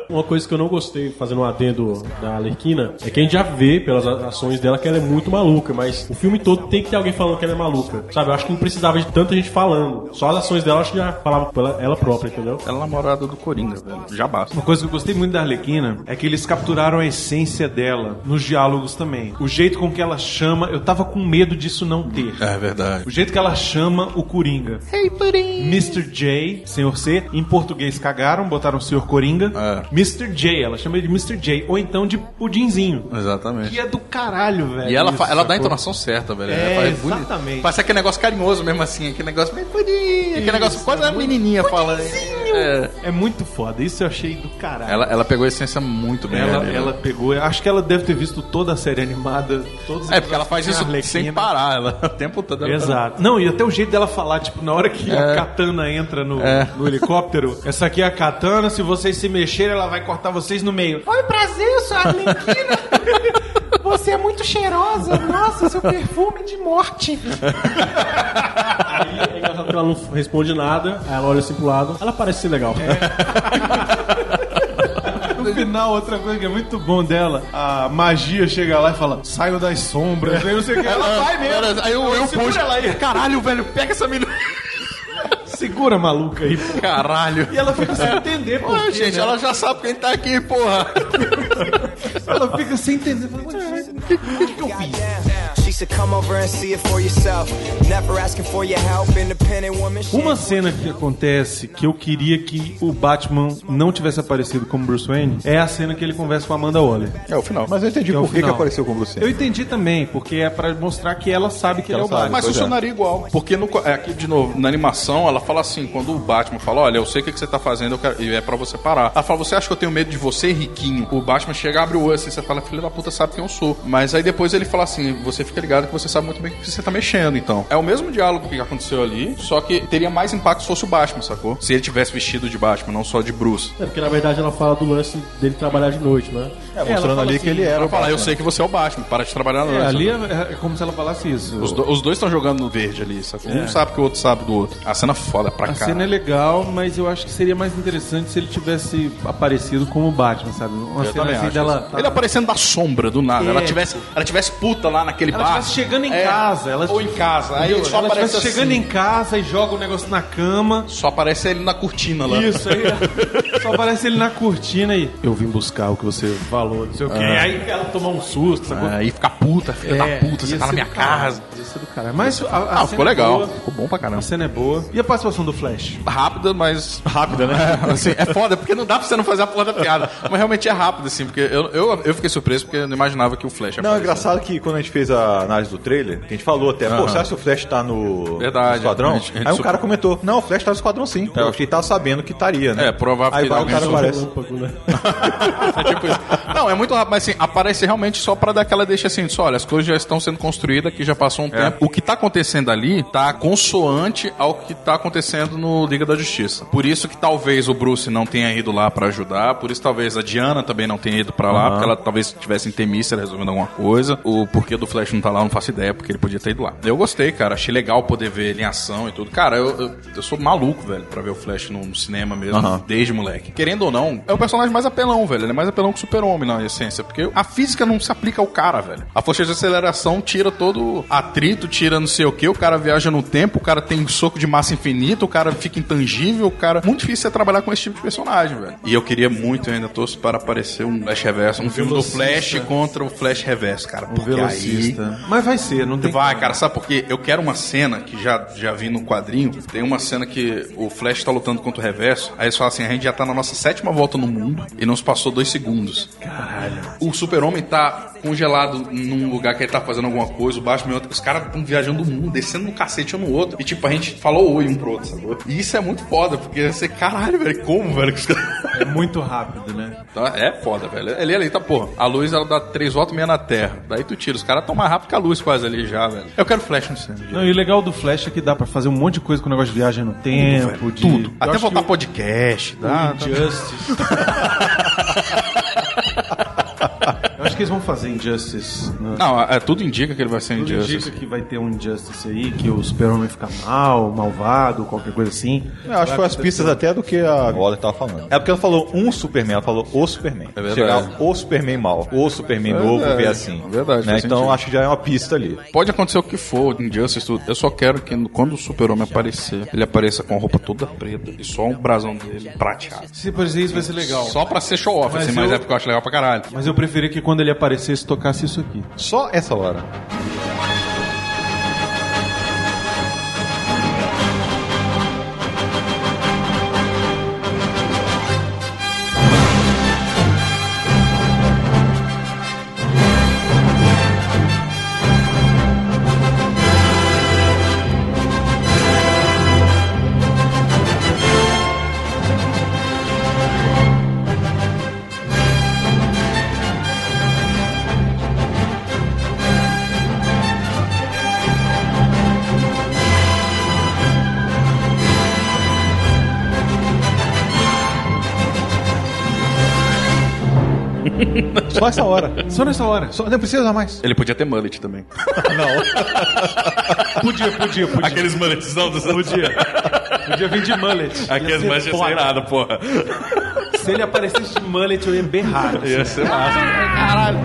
Uma coisa que eu não gostei, fazendo um adendo da Alerquina, é que a gente já vê pelas a- ações dela que ela é muito maluca, mas o filme todo tem que ter alguém falando que ela é maluca. Sabe, eu acho que não precisava de tanta gente falando. Só as ações dela eu acho que já falava pela ela própria, entendeu? Ela é namorada do Coringa, velho. Já basta. Uma coisa que eu gostei muito da Arlequina é que eles capturaram a essência dela nos diálogos também. O jeito com que ela chama, eu tava com medo disso não ter. É verdade. O jeito que ela chama o Coringa. Hey, buddy. Mr. J, Senhor C, em português cagaram, botaram o Senhor Coringa. É. Mr. J, ela chama ele de Mr. J, ou então de Pudinzinho. Exatamente. Que é do caralho, velho. E ela, isso, fa- ela dá a sacou? entonação certa, velho. É, Ela faz bonito. exatamente. Parece aquele negócio carinhoso mesmo assim, aquele negócio meio pudim, aquele negócio quase uma menininha falando. É. É muito foda, isso eu achei do caralho. Ela, ela pegou a essência muito bem. Ela, ali, ela né? pegou, acho que ela deve ter visto toda a série animada. Todos os É, porque ela episódios faz tem isso Arlequina. sem parar, ela o tempo todo. ela- Exato. Tá Não, e até o jeito dela falar, tipo, na hora que a katana entra no, É. no helicóptero, essa aqui é a katana, se vocês se mexerem, ela vai cortar vocês no meio. Oi, prazer, eu sou a Arlequina. Você é muito cheirosa. Nossa, seu perfume de morte. Aí é engraçado que ela não responde nada, aí ela olha assim pro lado, ela parece ser legal. É. No final, outra coisa que é muito bom dela, a magia chega lá e fala, saiam das sombras, aí não sei o que. Ela vai mesmo. É. Aí eu, eu Segura puxo. ela aí. Caralho, velho, pega essa menina. Segura, maluca aí. Caralho. E ela fica sem entender, pô. Ué, gente, ela já sabe quem tá aqui, porra. Ela fica sem entender. Fala, "Ué, She said, come over and see it for yourself. Never asking for your help, independent woman. She Uma cena que acontece que eu queria que o Batman não tivesse aparecido como Bruce Wayne é a cena que ele conversa com a Amanda Waller. É o final. Mas eu entendi Que é o por que, que final. apareceu com você. Eu entendi também, porque é pra mostrar que ela sabe que, ele é ela o Batman. sabe. Mas Pois é. funcionaria igual. Porque no, co- é, aqui, de novo, na animação, ela fala assim: quando o Batman fala, olha, eu sei o que, que você tá fazendo, eu quero- e é pra você parar. Ela fala, você acha que eu tenho medo de você, riquinho? O Batman chega, abre o olho assim, você fala, filho da puta, sabe quem eu sou. Mas aí depois ele fala assim: você fica ligado que você sabe muito bem o que você tá mexendo, então. É o mesmo diálogo que aconteceu ali, só que teria mais impacto se fosse o Batman, sacou? Se ele tivesse vestido de Batman, não só de Bruce. É porque na verdade ela fala do lance dele trabalhar de noite, né? É, mostrando ali que ele era Ela o fala, eu Batman. sei que você é o Batman, para de trabalhar na É, noite. ali é, é como se ela falasse isso. Os, do- os dois estão jogando no verde ali, sacou? Um sabe que o outro sabe do outro. A cena é foda pra É. A cá. cena é legal, mas eu acho que seria mais interessante se ele tivesse aparecido como o Batman, sabe? Uma Eu cena também assim acho. dela. Ele aparecendo da sombra do nada. É. Ela, tivesse, ela tivesse puta lá naquele Ela bar. estivesse chegando em É. casa. Ela, Ou em casa. Aí Entendeu? só ela aparece estivesse assim. tá chegando em casa e joga o negócio na cama. Só aparece ele na cortina lá. Isso aí. Só aparece ele na cortina e. Eu vim buscar o que você falou, não sei o quê. E Aí ela tomar um susto, sacou? Aí É, fica puta, filha da puta, você É, ia tá na ser minha do caralho, casa. ia ser do caralho. Mas a, a Ah, cena ficou é legal. boa. Ficou bom pra A caramba. cena é boa. E a participação do Flash? Rápida, mas. Rápida, né? É, assim, é foda, porque não dá pra você não fazer a porra da piada. Mas realmente é rápido, assim, porque eu, eu, eu fiquei surpreso porque eu não imaginava que o Flash Não, é aparecesse. engraçado que quando a gente fez a análise do trailer, que a gente falou até, pô, Aham. será que o Flash tá no, Verdade, no esquadrão? a gente- a gente Aí um supor- cara comentou, não, o Flash tá no esquadrão sim. Eu achei que tava sabendo que estaria, né? É, provável Aí que vai o alguém um cara soube. aparece. É tipo isso. Não, é muito rápido, mas assim, aparece realmente só pra dar aquela deixa assim, só, olha, as coisas já estão sendo construídas aqui, já passou um tempo. O que tá acontecendo ali tá consoante ao que tá acontecendo no Liga da Justiça. Por isso que talvez o Bruce não tenha ido lá pra ajudar, por isso talvez a Diana também não tenha ido pra lá, porque ela talvez estivesse em Temícia resolvendo alguma coisa. O porquê do Flash não tá lá, eu não faço ideia, porque ele podia ter ido lá. Eu gostei, cara, achei legal poder ver ele em ação e tudo. Cara, eu, eu, eu sou maluco, velho, pra ver o Flash no, no cinema mesmo, desde moleque. Querendo ou não, é o personagem mais apelão, velho. Ele é mais apelão que o Super-Homem na essência, porque a física não se aplica ao cara, velho. A força de aceleração tira todo atrito, tira não sei o que, o cara viaja no tempo, o cara tem um soco de massa infinito, o cara fica intangível, o cara... Muito difícil é trabalhar com esse tipo de personagem, velho. E eu queria muito, eu ainda torço para aparecer um Flash Reverso, um filme do Flash contra o Flash Reverso, cara. Porque aí... Mas vai ser, não tem Vai, como. cara, sabe por quê? Eu quero uma cena que já, já vi no quadrinho. Tem uma cena que o Flash tá lutando contra o reverso. Aí eles falam assim: a gente já tá na nossa sétima volta no mundo e não se passou dois segundos. Caralho. O Super-Homem tá congelado num lugar que ele tá fazendo alguma coisa, o Batman e outro. Os caras tão viajando o mundo, descendo no cacete um no outro. E tipo, a gente falou oi um pro outro, sacou? E isso é muito foda, porque você, caralho, velho, como, velho, que os caras. É muito rápido, né? Tá, É foda, velho. Ali, ali, tá, porra. A luz, ela dá três voltas e meia na Terra. Daí tu tira. Os caras tão mais rápido que a luz quase ali já, velho. Eu quero Flash no cinema. Não, e o legal do Flash é que dá pra fazer um monte de coisa com o negócio de viagem no tempo, velho, de... tudo. Até voltar podcast, dá, tá. Injustice. Eu acho que eles vão fazer Injustice. né? Não, é, tudo indica que ele vai ser Tudo Injustice. indica que vai ter um Injustice aí, que o Super-Homem fica mal, malvado, qualquer coisa assim. Eu acho que foi as pistas até do que a Waller tava falando. É porque ela falou um Superman, ela falou o Superman. É verdade. Chegar o Superman mal, o Superman É novo, verdade. ver assim. É verdade, Né? faz Então sentido. acho que já é uma pista ali. Pode acontecer o que for, Injustice, tudo. Eu só quero que no- quando o super-homem aparecer, ele apareça com a roupa toda preta e só um brasão dele prateado. Se aparecer isso vai ser legal. Só pra ser show-off, Mas assim, mas eu- é porque eu acho legal pra caralho. Mas eu preferia que quando ele aparecesse tocasse isso aqui. Só essa hora. Só essa hora. Só nessa hora. Só, não precisa mais. Ele podia ter mullet também. Podia, podia, podia. Aqueles mulletizão dos Podia. Podia vir de mullet. Aqueles Ia mullet ser ia foda. ser irado, porra. Se ele aparecesse de mullet, eu ia berrar. assim. Ia ser massa. Caralho.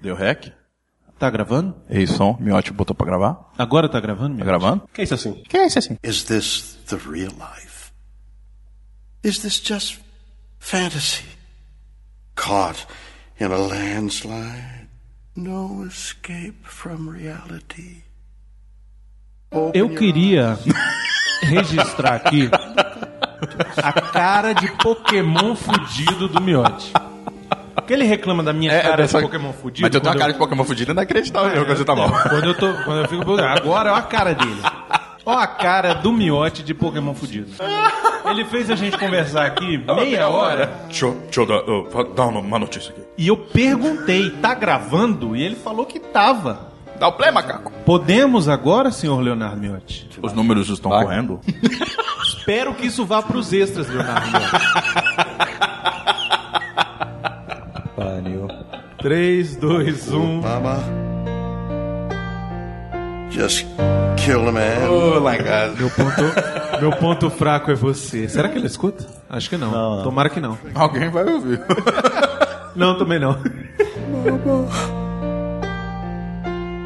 Deu rec? Tá gravando? Ei, som. Miote botou pra gravar? Agora tá gravando, Miote? Tá gravando? Que é isso assim? Que é isso assim? Is this the real life? Is this just fantasy? Caught in a landslide? No escape from reality. Eu queria registrar aqui a cara de Pokémon fudido do Miote. Porque ele reclama da minha cara de Pokémon fudido. É, Mas eu tenho uma quando cara de Pokémon fudido, é inacreditável mesmo quando você tá mal. Quando eu, tô, quando eu fico preocupado. Agora, olha a cara dele. Olha a cara do miote de Pokémon fudido. Ele fez a gente conversar aqui meia hora Deixa eu, deixa eu dar, eu fa- dar uma, uma notícia aqui. e eu perguntei, tá gravando? E ele falou que tava. Dá o play, macaco. Podemos agora, senhor Leonardo Miotti? Os números estão correndo? Espero que isso vá pros extras, Leonardo Miotti. Pariu. 3, 2, 1. Just kill a man. Ô, lagarto. Meu ponto, meu ponto fraco é você. Será que ele escuta? Acho que não. Tomara que não. Alguém vai ouvir. Não, também não.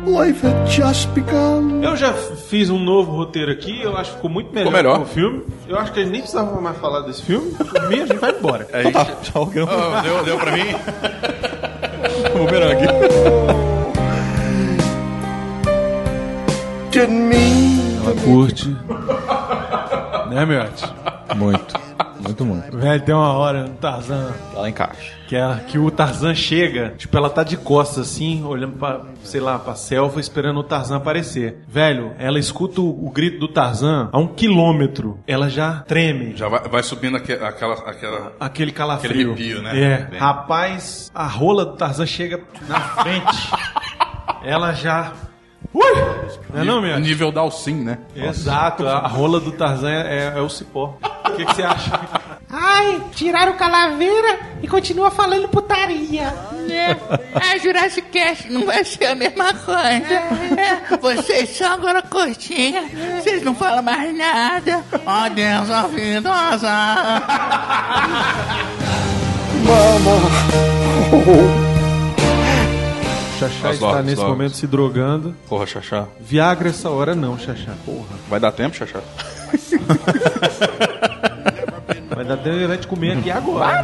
Life had just begun. Eu já fiz um novo roteiro aqui, eu acho que ficou muito melhor, melhor. que o filme. Eu acho que a gente nem precisava mais falar desse filme. Por mim, a gente vai embora. É Aí, Já organizou. Ô, deu, deu pra mim? Bumerangue. Didn't mean Curte. Né, Miotti? Muito. Muito, muito. Velho, tem uma hora no Tarzan Ela encaixa. que, ela, que o Tarzan chega, tipo, ela tá de costas assim, olhando pra, sei lá, pra selva, esperando o Tarzan aparecer. Velho, ela escuta o, o grito do Tarzan a um quilômetro. Ela já treme. Já vai, vai subindo aque- aquela, aquela. Aquele calafrio. Aquele arrepio, né? É. Bem. Rapaz, a rola do Tarzan chega na frente. ela já... Ui! Não é não, meu? Nível da Alcim, né? Exato. A rola do Tarzan é, é o cipó. O que que você acha? Ai, tiraram calaveira e continua falando putaria. É, é Jurassic Cast não vai ser a mesma coisa. É, vocês são agora coxinha, vocês não falam mais nada. Ó Deus, ouvindo azar. Xaxá As está drogas, nesse drogas. momento se drogando. Porra, Xaxá. Viagra essa hora não, Xaxá. Porra. Vai dar tempo, Xaxá? Vai dar tempo ele vai te comer aqui agora.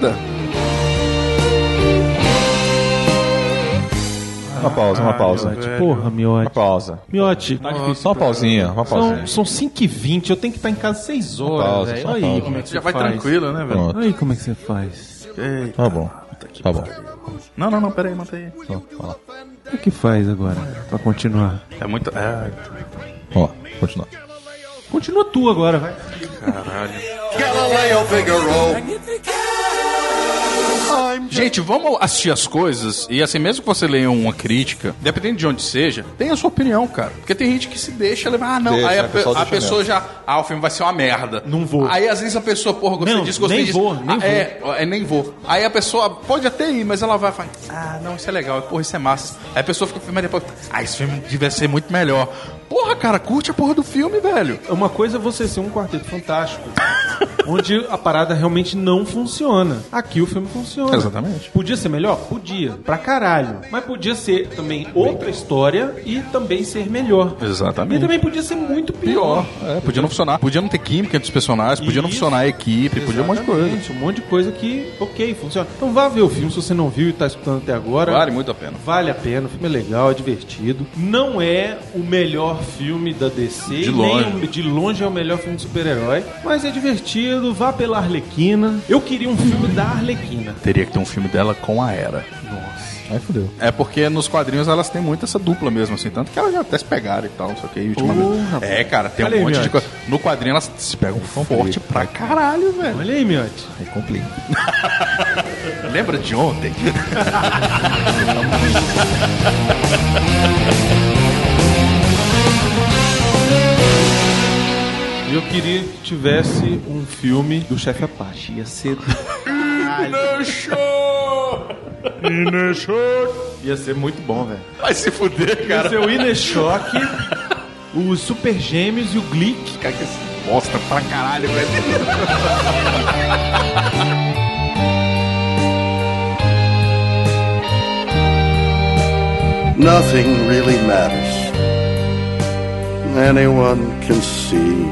né? Uma pausa, uma pausa. Miote, Porra, Uma Miote. pausa. Miote, Só uma pausinha, uma pausinha. são, são 5h20, eu tenho que estar em casa 6 horas, pausa, um- velho. só Olha pausa. aí como é que você Já vai faz. tranquilo, né, velho? Pronto. Olha aí como é que você faz. Tá bom. Tá bom. Não, não, não, peraí, mantém. O que faz agora pra continuar? É muito. É, Ó, continua. Continua tu agora, vai. Galileo Figaro. Gente, vamos assistir as coisas e assim, mesmo que você leia uma crítica, dependendo de onde seja, tem a sua opinião, cara. Porque tem gente que se deixa levar, ah, não, Deixa, aí a, o pessoal pe- a deixa pessoa já, ah, o filme vai ser uma merda. Não vou. Aí às vezes a pessoa, porra, gostei Não, disso, gostei nem disso. vou, nem Ah, vou. É, ó, é, nem vou. Aí a pessoa pode até ir, mas ela vai e fala, ah, não, isso é legal, porra, isso é massa. Aí a pessoa fica filme depois, ah, esse filme devia ser muito melhor. Porra, cara, curte a porra do filme, velho. Uma coisa é você ser um quarteto fantástico, onde a parada realmente não funciona. Aqui o filme funciona. Exatamente. Podia ser melhor? Podia. Pra caralho. Mas podia ser também outra história e também ser melhor. Exatamente. E também podia ser muito pior. Pior, é, podia não funcionar. Podia não ter química entre os personagens, podia não Isso. funcionar a equipe, podia um monte de coisa. Exatamente, Um monte de coisa que, ok, funciona. Então vá ver o filme se você não viu e tá escutando até agora. Vale muito a pena. Vale a pena, o filme é legal, é divertido. Não é o melhor filme da DC. De longe. nem o- de longe é o melhor filme de super-herói. Mas é divertido, vá pela Arlequina. Eu queria um filme da Arlequina. Teria que ter um filme dela com a Era. Aí fudeu. É porque nos quadrinhos elas têm muito essa dupla mesmo, assim. Tanto que elas já até se pegaram e tal, só que aí ultimamente. Porra, é, cara, tem Olha um aí, monte de Miotti. coisa. No quadrinho elas se pegam forte pra caralho, velho. Olha aí, Miotti. Aí complica. Lembra de ontem? E Eu queria que tivesse um filme do chefe Apache. Ia ser. Ia ser muito bom, velho. Vai se fuder, Ia cara. ser o Ineshock, os Super Gêmeos e o Glick. Cara, que esse bosta pra caralho, velho. nothing really matters. Anyone can see.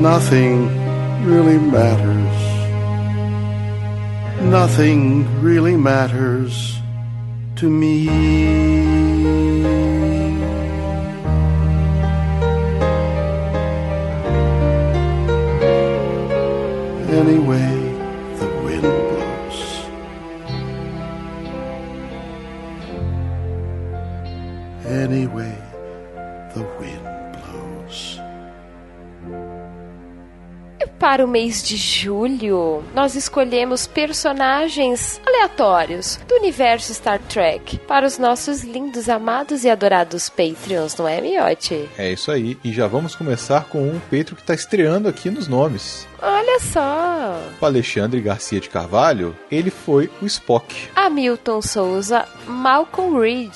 Nothing really matters. Nothing really matters to me. Anyway, the wind blows. Anyway, the wind blows. Para o mês de julho, nós escolhemos personagens aleatórios do universo Star Trek para os nossos lindos, amados e adorados Patreons, não é, Miote? É isso aí. E já vamos começar com um Petro que tá estreando aqui nos nomes. Olha só! O Alexandre Garcia de Carvalho, ele foi o Spock. Hamilton Souza, Malcolm Reed.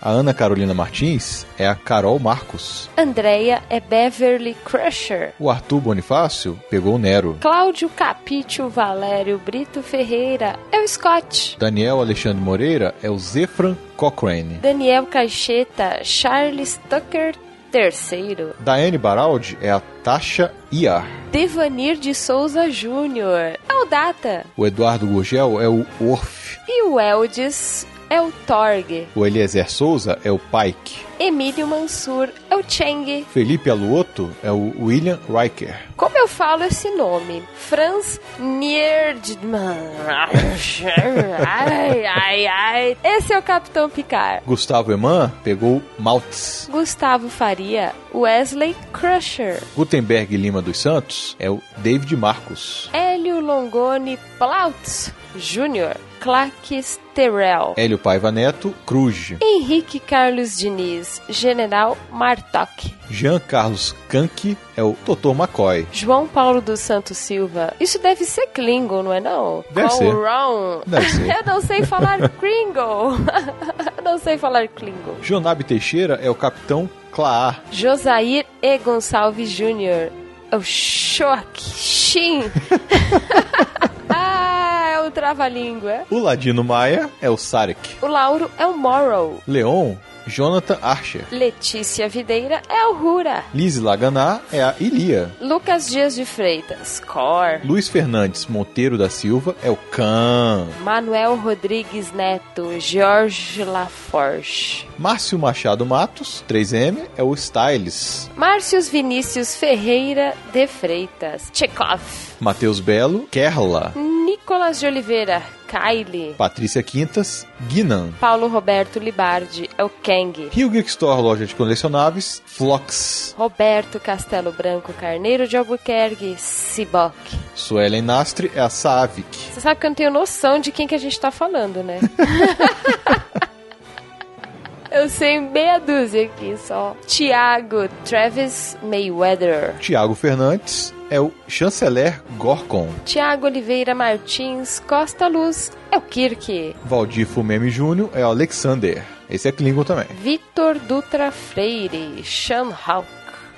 A Ana Carolina Martins é a Carol Marcos. Andrea é Beverly Crusher. O Arthur Bonifácio pegou o Nero. Cláudio Capítio Valério Brito Ferreira é o Scott. Daniel Alexandre Moreira é o Zefran Cochrane. Daniel Caixeta, Charles Tucker III. Daiane Baraldi é a Tasha Iar. Devanir de Souza Júnior é o Data. O Eduardo Gurgel é o Orf. E o Eldis é o Torg. O Eliezer Souza é o Pike. Emílio Mansur é o Cheng. Felipe Aluoto é o William Riker. Como eu falo esse nome? Franz Nierdman. Ai, ai, ai. Esse é o Capitão Picard. Gustavo Eman pegou Maltz. Gustavo Faria, Wesley Crusher. Gutenberg Lima dos Santos é o David Marcos. Hélio Longoni Plautz Jr. Claques Terrell. Hélio Paiva Neto, Cruz. Henrique Carlos Diniz, General Martok. Jean Carlos Kank é o Dr. McCoy. João Paulo dos Santos Silva. Isso deve ser Klingon, não é não? Deve ser. Ron. Deve ser. Eu não sei falar Klingon. Eu não sei falar Klingon. Jonab Teixeira é o Capitão Claar. Josair E. Gonçalves Jr. É o choque. Shin. ah, é o trava-língua. O Ladino Maia é o Sarek. O Lauro é o Morrow. Leon, Jonathan Archer. Letícia Videira é o Rura. Liz Laganá é a Ilia. Lucas Dias de Freitas, Cor. Luiz Fernandes Monteiro da Silva é o Khan. Manuel Rodrigues Neto, Jorge Laforge. Márcio Machado Matos, 3M, é o Styles. Márcios Vinícius Ferreira de Freitas, Tchekov. Matheus Belo, Kerla. Nicolas de Oliveira, Kylie. Patrícia Quintas, Guinan. Paulo Roberto Libardi é o Kang. Rio Geek Store, loja de colecionáveis, Flox. Roberto Castelo Branco Carneiro de Albuquerque, Cibok. Suelen Nastre é a Saavik. Você sabe que eu não tenho noção de quem que a gente tá falando, né? eu sei meia dúzia aqui só. Tiago Travis Mayweather. Tiago Fernandes é o Chanceler Gorkon. Tiago Oliveira Martins Costa Luz é o Kirk. Valdir Fumeme Júnior é o Alexander. Esse é Klingon também. Vitor Dutra Freire, Sean Hawk.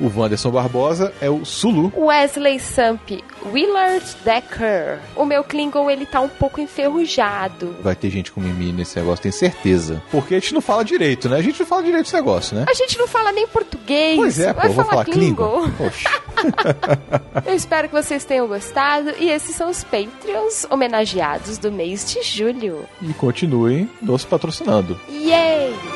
O Wanderson Barbosa é o Sulu. Wesley Samp, Willard Decker. O meu Klingon, ele tá um pouco enferrujado. Vai ter gente com mimimi nesse negócio, tenho certeza. Porque a gente não fala direito, né? A gente não fala direito esse negócio, né? A gente não fala nem português. Pois é, pô, vai eu vou falar Klingon. Klingon. Poxa. Eu espero que vocês tenham gostado. E esses são os Patreons homenageados do mês de julho. E continuem nos patrocinando. Yay!